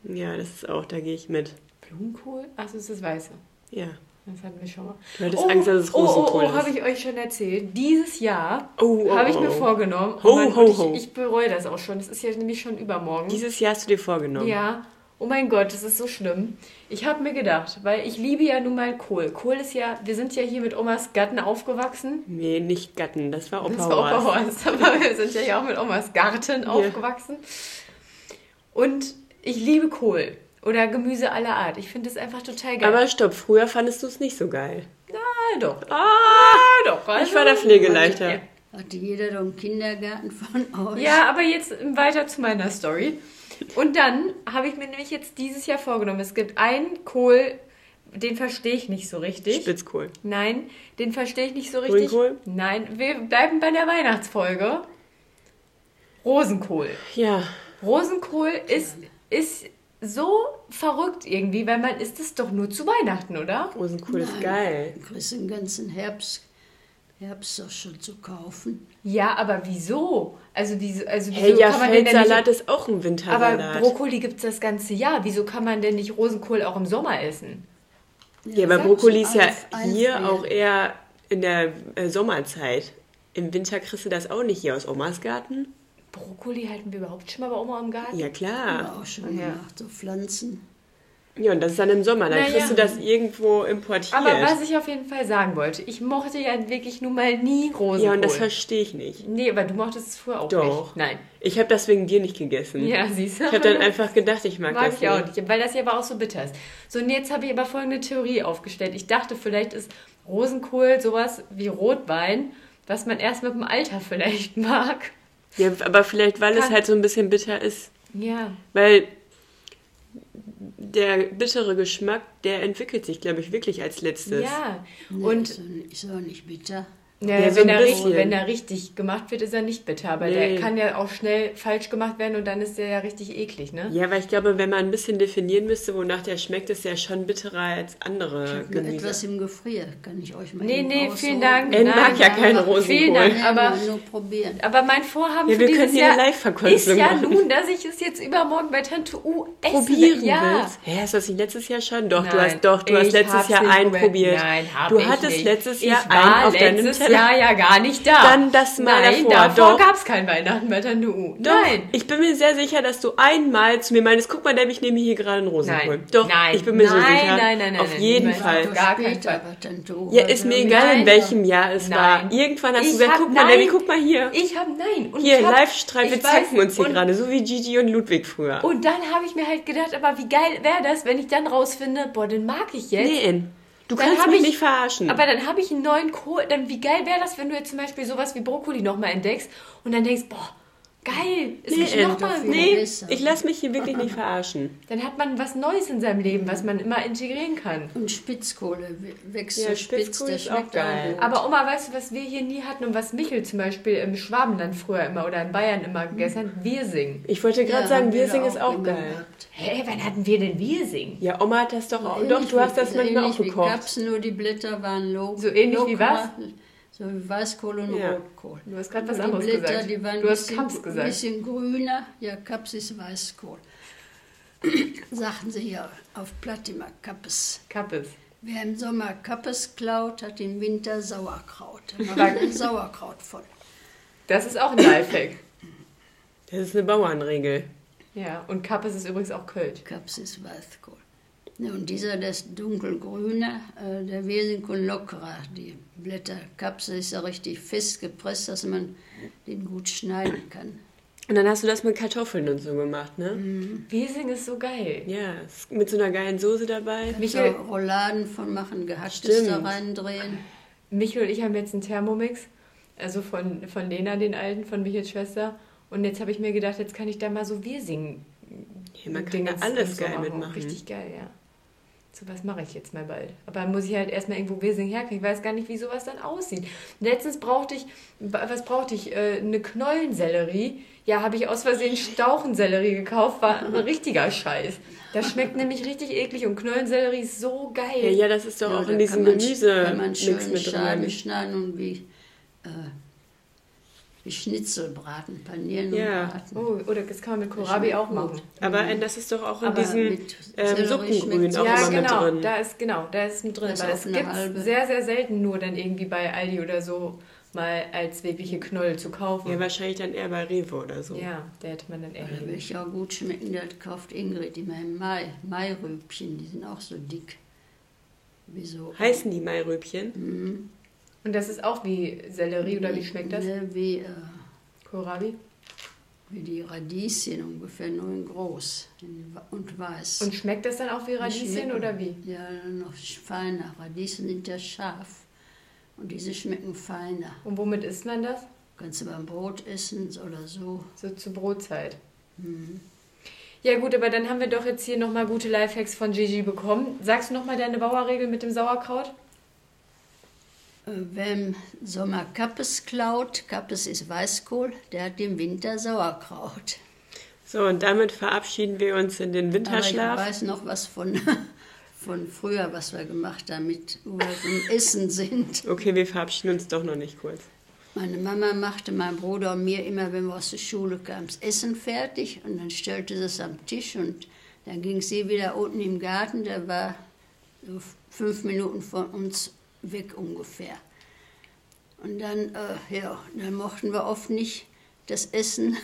Speaker 2: Ja, das ist auch, da gehe ich mit.
Speaker 3: Blumenkohl? Achso, es ist das Weiße.
Speaker 2: Ja.
Speaker 3: Das hatten wir schon mal.
Speaker 2: Du hattest Angst, dass es Rosenkohl
Speaker 3: Oh, oh, oh
Speaker 2: ist.
Speaker 3: habe ich euch schon erzählt. Dieses Jahr
Speaker 2: Oh, oh,
Speaker 3: habe ich
Speaker 2: oh,
Speaker 3: mir
Speaker 2: oh.
Speaker 3: vorgenommen.
Speaker 2: Ho,
Speaker 3: Mann,
Speaker 2: ho,
Speaker 3: und ich,
Speaker 2: ho.
Speaker 3: ich bereue das auch schon. Das ist ja nämlich schon übermorgen.
Speaker 2: Dieses Jahr hast du dir vorgenommen.
Speaker 3: Ja, oh mein Gott, das ist so schlimm. Ich habe mir gedacht, weil ich liebe ja nun mal Kohl. Kohl ist ja, wir sind ja hier mit Omas Garten aufgewachsen.
Speaker 2: Nee, nicht Gatten, das war Opa
Speaker 3: Das war Opa
Speaker 2: Horst.
Speaker 3: Horst, aber wir sind ja hier auch mit Omas Garten aufgewachsen. Und ich liebe Kohl oder Gemüse aller Art. Ich finde es einfach total geil.
Speaker 2: Aber stopp, früher fandest du es nicht so geil.
Speaker 3: ah, doch,
Speaker 2: Ah!
Speaker 3: ah, doch.
Speaker 2: Ich war der Pflegeleichter.
Speaker 3: Ja.
Speaker 4: Hatte jeder doch einen Kindergarten von euch?
Speaker 3: Ja, aber jetzt weiter zu meiner Story. Und dann habe ich mir nämlich jetzt dieses Jahr vorgenommen, es gibt einen Kohl, den verstehe ich nicht so richtig.
Speaker 2: Spitzkohl.
Speaker 3: Nein, den verstehe ich nicht so richtig.
Speaker 2: Grünkohl?
Speaker 3: Nein, wir bleiben bei der Weihnachtsfolge. Rosenkohl.
Speaker 2: Ja,
Speaker 3: Rosenkohl ist, ist so verrückt irgendwie, weil man isst es doch nur zu Weihnachten, oder?
Speaker 2: Oh, so cool, ist geil.
Speaker 4: Du kriegst den ganzen Herbst, Herbst auch schon zu kaufen.
Speaker 3: Ja, aber wieso? Also wieso, also wieso
Speaker 2: Hey, ja,
Speaker 3: kann man denn da
Speaker 2: Feldsalat
Speaker 3: nicht...
Speaker 2: ist auch ein Wintersalat.
Speaker 3: Aber Brokkoli gibt es das ganze Jahr. Wieso kann man denn nicht Rosenkohl auch im Sommer essen?
Speaker 2: ja, aber
Speaker 4: Sag
Speaker 2: Brokkoli
Speaker 4: schon,
Speaker 2: ist ja
Speaker 4: alles einfrieren.
Speaker 2: hier auch eher in der äh, Sommerzeit. Im Winter kriegst du das auch nicht hier aus Omas Garten.
Speaker 3: Brokkoli halten wir überhaupt schon mal bei Oma im Garten?
Speaker 2: Ja, klar.
Speaker 4: Auch schon
Speaker 3: Ah, Ja.
Speaker 4: gemacht, so Pflanzen.
Speaker 2: Ja, und das ist dann im Sommer. Dann
Speaker 3: Naja.
Speaker 2: kriegst du das irgendwo importiert.
Speaker 3: Aber was ich auf jeden Fall sagen wollte, ich mochte ja wirklich nun mal nie Rosenkohl.
Speaker 2: ja, und das verstehe ich nicht.
Speaker 3: Nee, aber du mochtest es früher auch
Speaker 2: Doch.
Speaker 3: nicht. Nein.
Speaker 2: Ich habe das wegen dir nicht gegessen.
Speaker 3: Ja, siehst du.
Speaker 2: Ich habe dann einfach gedacht, ich mag,
Speaker 3: Mag
Speaker 2: das
Speaker 3: ich auch
Speaker 2: nicht.
Speaker 3: nicht, weil das ja aber auch so bitter ist. So, und jetzt habe ich aber folgende Theorie aufgestellt. Ich dachte, vielleicht ist Rosenkohl sowas wie Rotwein, was man erst mit dem Alter vielleicht mag.
Speaker 2: Ja, aber vielleicht, weil es
Speaker 3: Kann-
Speaker 2: halt so ein bisschen bitter ist.
Speaker 3: Ja.
Speaker 2: Weil der bittere Geschmack, der entwickelt sich, glaube ich, wirklich als letztes.
Speaker 3: Ja.
Speaker 4: Nee,
Speaker 3: und
Speaker 4: ist, auch nicht, ist auch nicht bitter.
Speaker 3: Ja,
Speaker 2: Ja, so ein
Speaker 3: wenn, er
Speaker 2: bisschen.
Speaker 3: richtig, wenn er richtig gemacht wird, ist er nicht bitter. Aber
Speaker 2: Nee.
Speaker 3: der kann ja auch schnell falsch gemacht werden und dann ist der ja richtig eklig, ne?
Speaker 2: Ja, weil ich glaube, wenn man ein bisschen definieren müsste, wonach der schmeckt, ist der schon bitterer als andere
Speaker 4: Nur
Speaker 2: Gemüse.
Speaker 4: etwas im Gefrier, kann ich euch mal
Speaker 3: Nee,
Speaker 4: eben
Speaker 3: nee, vielen
Speaker 4: rausholen.
Speaker 3: Dank.
Speaker 2: Er
Speaker 3: Nein,
Speaker 2: mag ja
Speaker 3: nein,
Speaker 2: keinen
Speaker 3: nein.
Speaker 2: Rosenkohl.
Speaker 3: Vielen
Speaker 4: Nee,
Speaker 3: Dank, aber,
Speaker 4: nur- nur probieren.
Speaker 3: aber mein Vorhaben
Speaker 2: Ja,
Speaker 3: für
Speaker 2: wir
Speaker 3: dieses
Speaker 2: können hier eine
Speaker 3: Jahr
Speaker 2: Live-Verkostung
Speaker 3: ist ja
Speaker 2: machen.
Speaker 3: nun, dass ich es jetzt übermorgen bei Tante U esse.
Speaker 2: Probieren
Speaker 3: ja.
Speaker 2: willst? Hä, hast du das nicht letztes Jahr schon? Doch, du
Speaker 3: Nein,
Speaker 2: hast doch, du hast
Speaker 3: ich
Speaker 2: letztes
Speaker 3: hab's
Speaker 2: Jahr
Speaker 3: nicht
Speaker 2: einen
Speaker 3: probiert.
Speaker 2: probiert.
Speaker 3: Nein, hab
Speaker 2: du
Speaker 3: ich
Speaker 2: hattest
Speaker 3: nicht.
Speaker 2: letztes Jahr
Speaker 3: ich
Speaker 2: einen
Speaker 3: war
Speaker 2: auf deinem
Speaker 3: letztes
Speaker 2: Teller.
Speaker 3: Jahr ja gar nicht da.
Speaker 2: Dann das Mal
Speaker 3: Nein,
Speaker 2: davor, doch.
Speaker 3: davor gab es kein Weihnachten bei Tante U.
Speaker 2: Doch,
Speaker 3: Nein.
Speaker 2: ich bin mir sehr sicher, dass du einmal zu mir meinst, guck mal, Debbie, ich nehme hier gerade einen Rosenkohl.
Speaker 3: Nein,
Speaker 2: Doch,
Speaker 3: nein,
Speaker 2: ich bin mir so sicher.
Speaker 3: nein, nein, nein, nein,
Speaker 2: Auf
Speaker 3: nein,
Speaker 2: jeden
Speaker 3: nein.
Speaker 2: Fall.
Speaker 3: Auf gar keinen
Speaker 4: Später,
Speaker 3: Fall.
Speaker 4: aber Tante Uwe
Speaker 2: Ja, ist mir
Speaker 4: will
Speaker 2: egal, in
Speaker 4: mit-
Speaker 2: welchem Jahr es
Speaker 3: Nein.
Speaker 2: war. Irgendwann hast du
Speaker 3: Ich
Speaker 2: gesagt,
Speaker 3: hab-
Speaker 2: guck mal,
Speaker 3: nein.
Speaker 2: Debbie, guck mal hier.
Speaker 3: Ich habe nein. Und
Speaker 2: hier,
Speaker 3: ich hab-
Speaker 2: Live-Streit, wir
Speaker 3: ich weiß,
Speaker 2: zacken uns hier
Speaker 3: und-
Speaker 2: gerade, so wie Gigi und Ludwig früher.
Speaker 3: Und dann habe ich mir halt gedacht, aber wie geil wäre das, wenn ich dann rausfinde, boah, den mag ich jetzt.
Speaker 2: Nein, du
Speaker 3: Dann
Speaker 2: kannst
Speaker 3: hab
Speaker 2: mich
Speaker 3: ich-
Speaker 2: nicht verarschen.
Speaker 3: Aber dann habe ich einen neuen Kohl. Dann wie geil wäre das, wenn du jetzt zum Beispiel sowas wie Brokkoli nochmal entdeckst und dann denkst, boah, geil, ist
Speaker 2: Nee,
Speaker 3: nicht nochmal.
Speaker 4: dafür-
Speaker 2: nee,
Speaker 4: Besser.
Speaker 2: ich lass mich hier wirklich nicht verarschen.
Speaker 3: Dann hat man was Neues in seinem Leben, was man immer integrieren kann.
Speaker 4: Und Spitzkohle we- wächst
Speaker 2: Ja,
Speaker 4: so spitz,
Speaker 2: Spitzkohl
Speaker 4: der
Speaker 2: ist auch
Speaker 4: schmeckt
Speaker 2: geil.
Speaker 4: gut.
Speaker 3: Aber Oma, weißt du, was wir hier nie hatten und was Michel zum Beispiel im Schwabenland früher immer oder in Bayern immer gegessen hat? Wirsing.
Speaker 2: Ich wollte gerade
Speaker 4: Ja,
Speaker 2: sagen,
Speaker 4: haben wir
Speaker 2: Wirsing
Speaker 4: da
Speaker 2: ist auch
Speaker 4: immer
Speaker 2: geil.
Speaker 4: gehabt.
Speaker 3: Hä, wann hatten wir denn Wirsing?
Speaker 2: Ja, Oma hat das doch
Speaker 3: Oh,
Speaker 2: auch.
Speaker 4: Ähnlich
Speaker 2: Doch, du
Speaker 4: wie-
Speaker 2: hast das
Speaker 4: so
Speaker 2: manchmal auch
Speaker 4: ähnlich wie
Speaker 2: gekocht.
Speaker 4: Kaps, nur die Blätter waren lo
Speaker 3: So ähnlich wie was?
Speaker 4: locker, So wie Weißkohl und
Speaker 2: Ja.
Speaker 4: Rotkohl.
Speaker 3: Du hast gerade
Speaker 4: Und
Speaker 3: was
Speaker 4: die
Speaker 3: anderes
Speaker 4: Blätter,
Speaker 3: gesagt.
Speaker 4: Die waren
Speaker 3: Du
Speaker 4: ein
Speaker 3: hast
Speaker 4: bisschen,
Speaker 3: Kaps gesagt.
Speaker 4: Ein bisschen grüner. Ja, Kaps ist Weißkohl. Sagten sie hier auf Platt immer Kappes.
Speaker 3: Kappes.
Speaker 4: Wer im Sommer Kappes klaut, hat im Winter Sauerkraut. Da macht
Speaker 3: Sag-
Speaker 4: man Sauerkraut von.
Speaker 3: Das ist auch ein Lifehack.
Speaker 2: Das ist eine Bauernregel.
Speaker 3: Ja, und Kappes ist übrigens auch Kölsch.
Speaker 4: Kaps ist Weißkohl. Ne, und dieser, das dunkelgrüne, äh, der Wesentkohl lockerer. Die Blätter Kapsel ist ja richtig fest gepresst, dass man den gut schneiden kann.
Speaker 2: Und dann hast du das mit Kartoffeln und so gemacht, ne?
Speaker 3: Mhm. Wiesing ist so geil.
Speaker 2: Ja, ist mit so einer geilen Soße dabei.
Speaker 3: Michel,
Speaker 4: so Rouladen von machen, gehacktes da
Speaker 2: Stimmt.
Speaker 4: reindrehen.
Speaker 3: Michel und ich haben jetzt einen Thermomix, also von, von Lena, den alten, von Michels Schwester. Und jetzt habe ich mir gedacht, jetzt kann ich da mal so Wirsing.
Speaker 2: Ja, man kann
Speaker 3: Dingens
Speaker 2: da alles
Speaker 3: und so
Speaker 2: geil
Speaker 3: machen.
Speaker 2: mitmachen.
Speaker 3: Richtig geil, ja. So was mache ich jetzt mal bald. Aber dann muss ich halt erstmal irgendwo Wirsing herkriegen. Ich weiß gar nicht, wie sowas dann aussieht. Letztens brauchte ich, was brauchte ich? Äh, Eine Knollensellerie. Ja, habe ich aus Versehen Stauchensellerie gekauft. War ein richtiger Scheiß. Das schmeckt nämlich richtig eklig und Knollensellerie ist so geil.
Speaker 2: Ja, ja, das ist doch
Speaker 4: Ja,
Speaker 2: auch
Speaker 4: da
Speaker 2: in
Speaker 4: kann
Speaker 2: diesem
Speaker 4: man-
Speaker 2: Gemüse
Speaker 4: kann man
Speaker 2: nichts
Speaker 4: schöne
Speaker 2: mit
Speaker 4: Scheiben
Speaker 2: drin.
Speaker 4: schneiden und wie, äh, wie Schnitzel braten, panieren
Speaker 2: Ja.
Speaker 4: und braten.
Speaker 3: Oh, oder das kann man mit Kohlrabi auch machen.
Speaker 2: Aber äh, das ist doch auch in
Speaker 4: Aber
Speaker 2: diesem
Speaker 4: mit
Speaker 2: ähm,
Speaker 4: Sellerie
Speaker 2: Suppengrün
Speaker 4: schmeckt's
Speaker 2: auch
Speaker 4: ja
Speaker 2: immer
Speaker 3: Ja,
Speaker 2: mit
Speaker 3: genau,
Speaker 2: drin.
Speaker 3: da ist genau, da ist mit drin.
Speaker 4: Das
Speaker 3: Weil das
Speaker 4: offene
Speaker 3: gibt
Speaker 4: halbe.
Speaker 3: es sehr, sehr selten nur dann irgendwie bei Aldi oder so mal als wirkliche Knolle zu kaufen.
Speaker 2: Ja,
Speaker 3: Ja,
Speaker 2: wahrscheinlich dann eher bei Rewe oder so.
Speaker 3: da hätte man dann eher.
Speaker 4: Oder welche auch Äh, gut schmecken, das kauft Ingrid immer im Mai. Mairübchen, die sind auch so dick. Wieso? Mhm.
Speaker 2: Heißen die Mairübchen?
Speaker 3: Und das ist auch wie Sellerie oder wie schmeckt das?
Speaker 4: Ne, wie, äh,
Speaker 3: Kohlrabi?
Speaker 4: wie die Radieschen ungefähr, nur in groß in, wa- und weiß.
Speaker 3: Und schmeckt das dann auch wie Radieschen
Speaker 4: schmecken-
Speaker 3: oder wie?
Speaker 4: Ja, noch feiner. Radieschen sind ja scharf. Und diese schmecken feiner.
Speaker 3: Und womit isst man das?
Speaker 4: Kannst du beim Brot essen oder so.
Speaker 3: So zur Brotzeit.
Speaker 4: Mhm.
Speaker 3: Ja gut, aber dann haben wir doch jetzt hier nochmal gute Lifehacks von Gigi bekommen. Sagst du nochmal deine Bauerregel mit dem Sauerkraut?
Speaker 4: Äh, Wer im Sommer Kappes klaut, Kappes ist Weißkohl, der hat im Winter Sauerkraut.
Speaker 2: So, und damit verabschieden wir uns in den
Speaker 4: Aber ich
Speaker 2: Winterschlaf.
Speaker 4: weiß noch was von, von früher, was wir gemacht haben, mit wo wir im Essen sind.
Speaker 2: Okay, wir verabschieden uns doch noch nicht kurz.
Speaker 4: Meine Mama machte meinem Bruder und mir immer, wenn wir aus der Schule kamen, das Essen fertig und dann stellte sie es am Tisch und dann ging sie wieder unten im Garten, der war so fünf Minuten von uns weg ungefähr. Und dann, äh, ja, dann mochten wir oft nicht das Essen,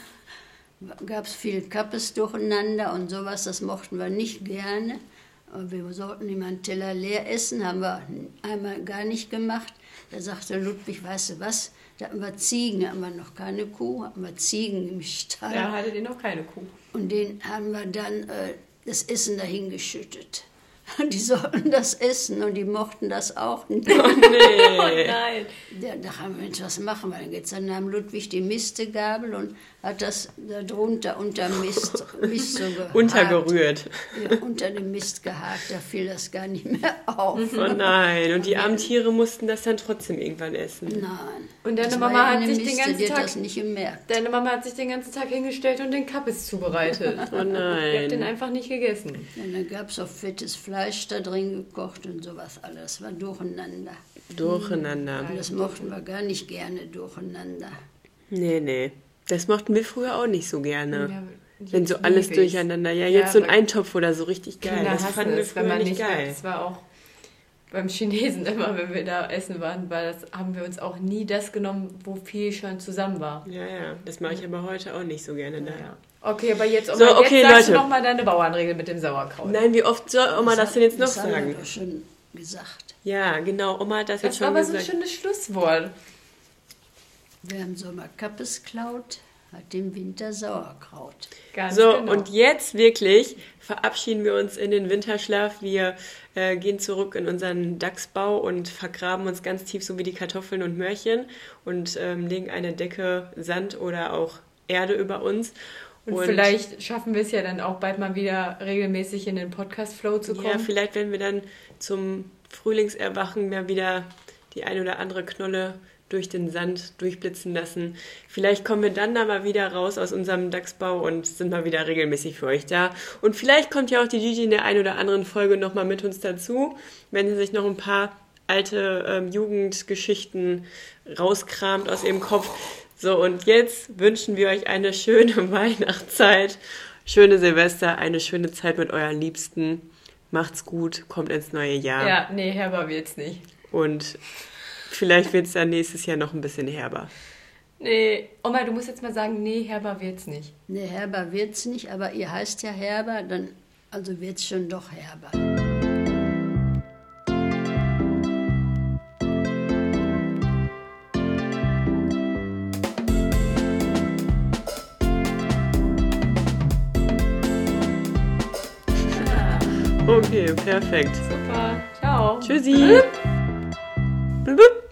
Speaker 4: gab es viel Kappes durcheinander und sowas, das mochten wir nicht gerne. Aber wir sollten immer einen Teller leer essen, haben wir einmal gar nicht gemacht. Da sagte Ludwig, weißt du was, da hatten wir Ziegen, hatten wir noch keine Kuh, hatten wir Ziegen im Stall.
Speaker 3: Da hattet ihr noch keine Kuh.
Speaker 4: Und den haben wir dann äh, das Essen dahin geschüttet. Die sollten das essen und die mochten das auch nicht.
Speaker 2: Nee.
Speaker 3: Nein.
Speaker 4: Ja, da haben wir, Mensch, was machen wir denn jetzt? Dann nahm Ludwig die Mistegabel und hat das da drunter unter Mist, Mist so gehakt.
Speaker 3: Ah.
Speaker 2: Untergerührt.
Speaker 4: Ja, unter dem Mist gehakt, da fiel das gar nicht mehr auf.
Speaker 3: Mhm.
Speaker 2: Oh nein, und die armen Tiere mussten das dann trotzdem irgendwann essen.
Speaker 4: Nein.
Speaker 3: Und deine
Speaker 4: das
Speaker 3: Mama
Speaker 4: war ja
Speaker 3: hat
Speaker 4: eine
Speaker 3: sich den
Speaker 4: Miste,
Speaker 3: ganzen
Speaker 4: die hat
Speaker 3: Tag-
Speaker 4: das nicht gemerkt.
Speaker 3: Deine Mama hat sich den ganzen Tag hingestellt und den Kappes zubereitet.
Speaker 2: Oh
Speaker 3: Ihr habt den
Speaker 2: nein.
Speaker 3: einfach nicht gegessen.
Speaker 4: Und dann gab es auch fettes Fleisch da drin gekocht und sowas alles. War durcheinander.
Speaker 2: Durcheinander.
Speaker 4: Und das mochten wir gar nicht gerne durcheinander.
Speaker 2: Nee, nee. Das mochten wir früher auch nicht so gerne.
Speaker 3: Ja, jetzt
Speaker 2: wenn so alles
Speaker 3: liebe ich's.
Speaker 2: durcheinander. Ja,
Speaker 3: Ja,
Speaker 2: jetzt so ein
Speaker 3: aber
Speaker 2: Eintopf oder so richtig geil.
Speaker 3: Kinder
Speaker 2: das
Speaker 3: hassen
Speaker 2: fanden wir
Speaker 3: es,
Speaker 2: früher
Speaker 3: wenn man
Speaker 2: nicht,
Speaker 3: nicht
Speaker 2: geil.
Speaker 3: Das war auch beim Chinesen immer, wenn wir da essen waren, weil das haben wir uns auch nie das genommen, wo viel schon zusammen war.
Speaker 2: Ja, ja. Das mache ich aber heute auch nicht so gerne. Ne?
Speaker 3: Naja. Okay, aber jetzt,
Speaker 2: So,
Speaker 3: Oma,
Speaker 2: okay,
Speaker 3: jetzt sagst du
Speaker 2: Leute.
Speaker 3: nochmal deine Bauernregel mit dem Sauerkraut.
Speaker 2: Nein, wie oft soll Oma das, denn jetzt noch
Speaker 4: das haben wir
Speaker 2: sagen?
Speaker 4: doch schon gesagt.
Speaker 2: Ja, genau. Oma hat das jetzt
Speaker 3: das war
Speaker 2: schon
Speaker 3: aber so ein
Speaker 2: gesagt.
Speaker 3: schönes Schlusswort.
Speaker 4: Wer im Sommer Kappes klaut, hat im Winter Sauerkraut.
Speaker 3: Ganz
Speaker 2: So,
Speaker 3: genau.
Speaker 2: und jetzt wirklich verabschieden wir uns in den Winterschlaf. Wir äh, gehen zurück in unseren Dachsbau und vergraben uns ganz tief, so wie die Kartoffeln und Möhrchen und ähm, legen eine Decke Sand oder auch Erde über uns.
Speaker 3: Und, vielleicht schaffen wir es ja dann auch bald mal wieder regelmäßig in den Podcast-Flow zu kommen.
Speaker 2: Ja, vielleicht werden wir dann zum Frühlingserwachen mal wieder die ein oder andere Knolle durch den Sand durchblitzen lassen. Vielleicht kommen wir dann da mal wieder raus aus unserem Dachsbau und sind mal wieder regelmäßig für euch da. Und vielleicht kommt ja auch die Gigi in der ein oder anderen Folge nochmal mit uns dazu, wenn sie sich noch ein paar alte ähm, Jugendgeschichten rauskramt aus ihrem Kopf. So, und jetzt wünschen wir euch eine schöne Weihnachtszeit, schöne Silvester, eine schöne Zeit mit euren Liebsten. Macht's gut, kommt ins neue Jahr
Speaker 3: ja nee, herber wird's nicht.
Speaker 2: und vielleicht wird's dann nächstes Jahr noch ein bisschen herber.
Speaker 3: Nee, Oma, du musst jetzt mal sagen, nee, herber wird's nicht.
Speaker 4: Ne, herber wird's nicht, aber ihr heißt ja herber, dann also wird's schon doch herber.
Speaker 2: Okay, perfekt.
Speaker 3: Super, ciao.
Speaker 2: Tschüssi. Blub.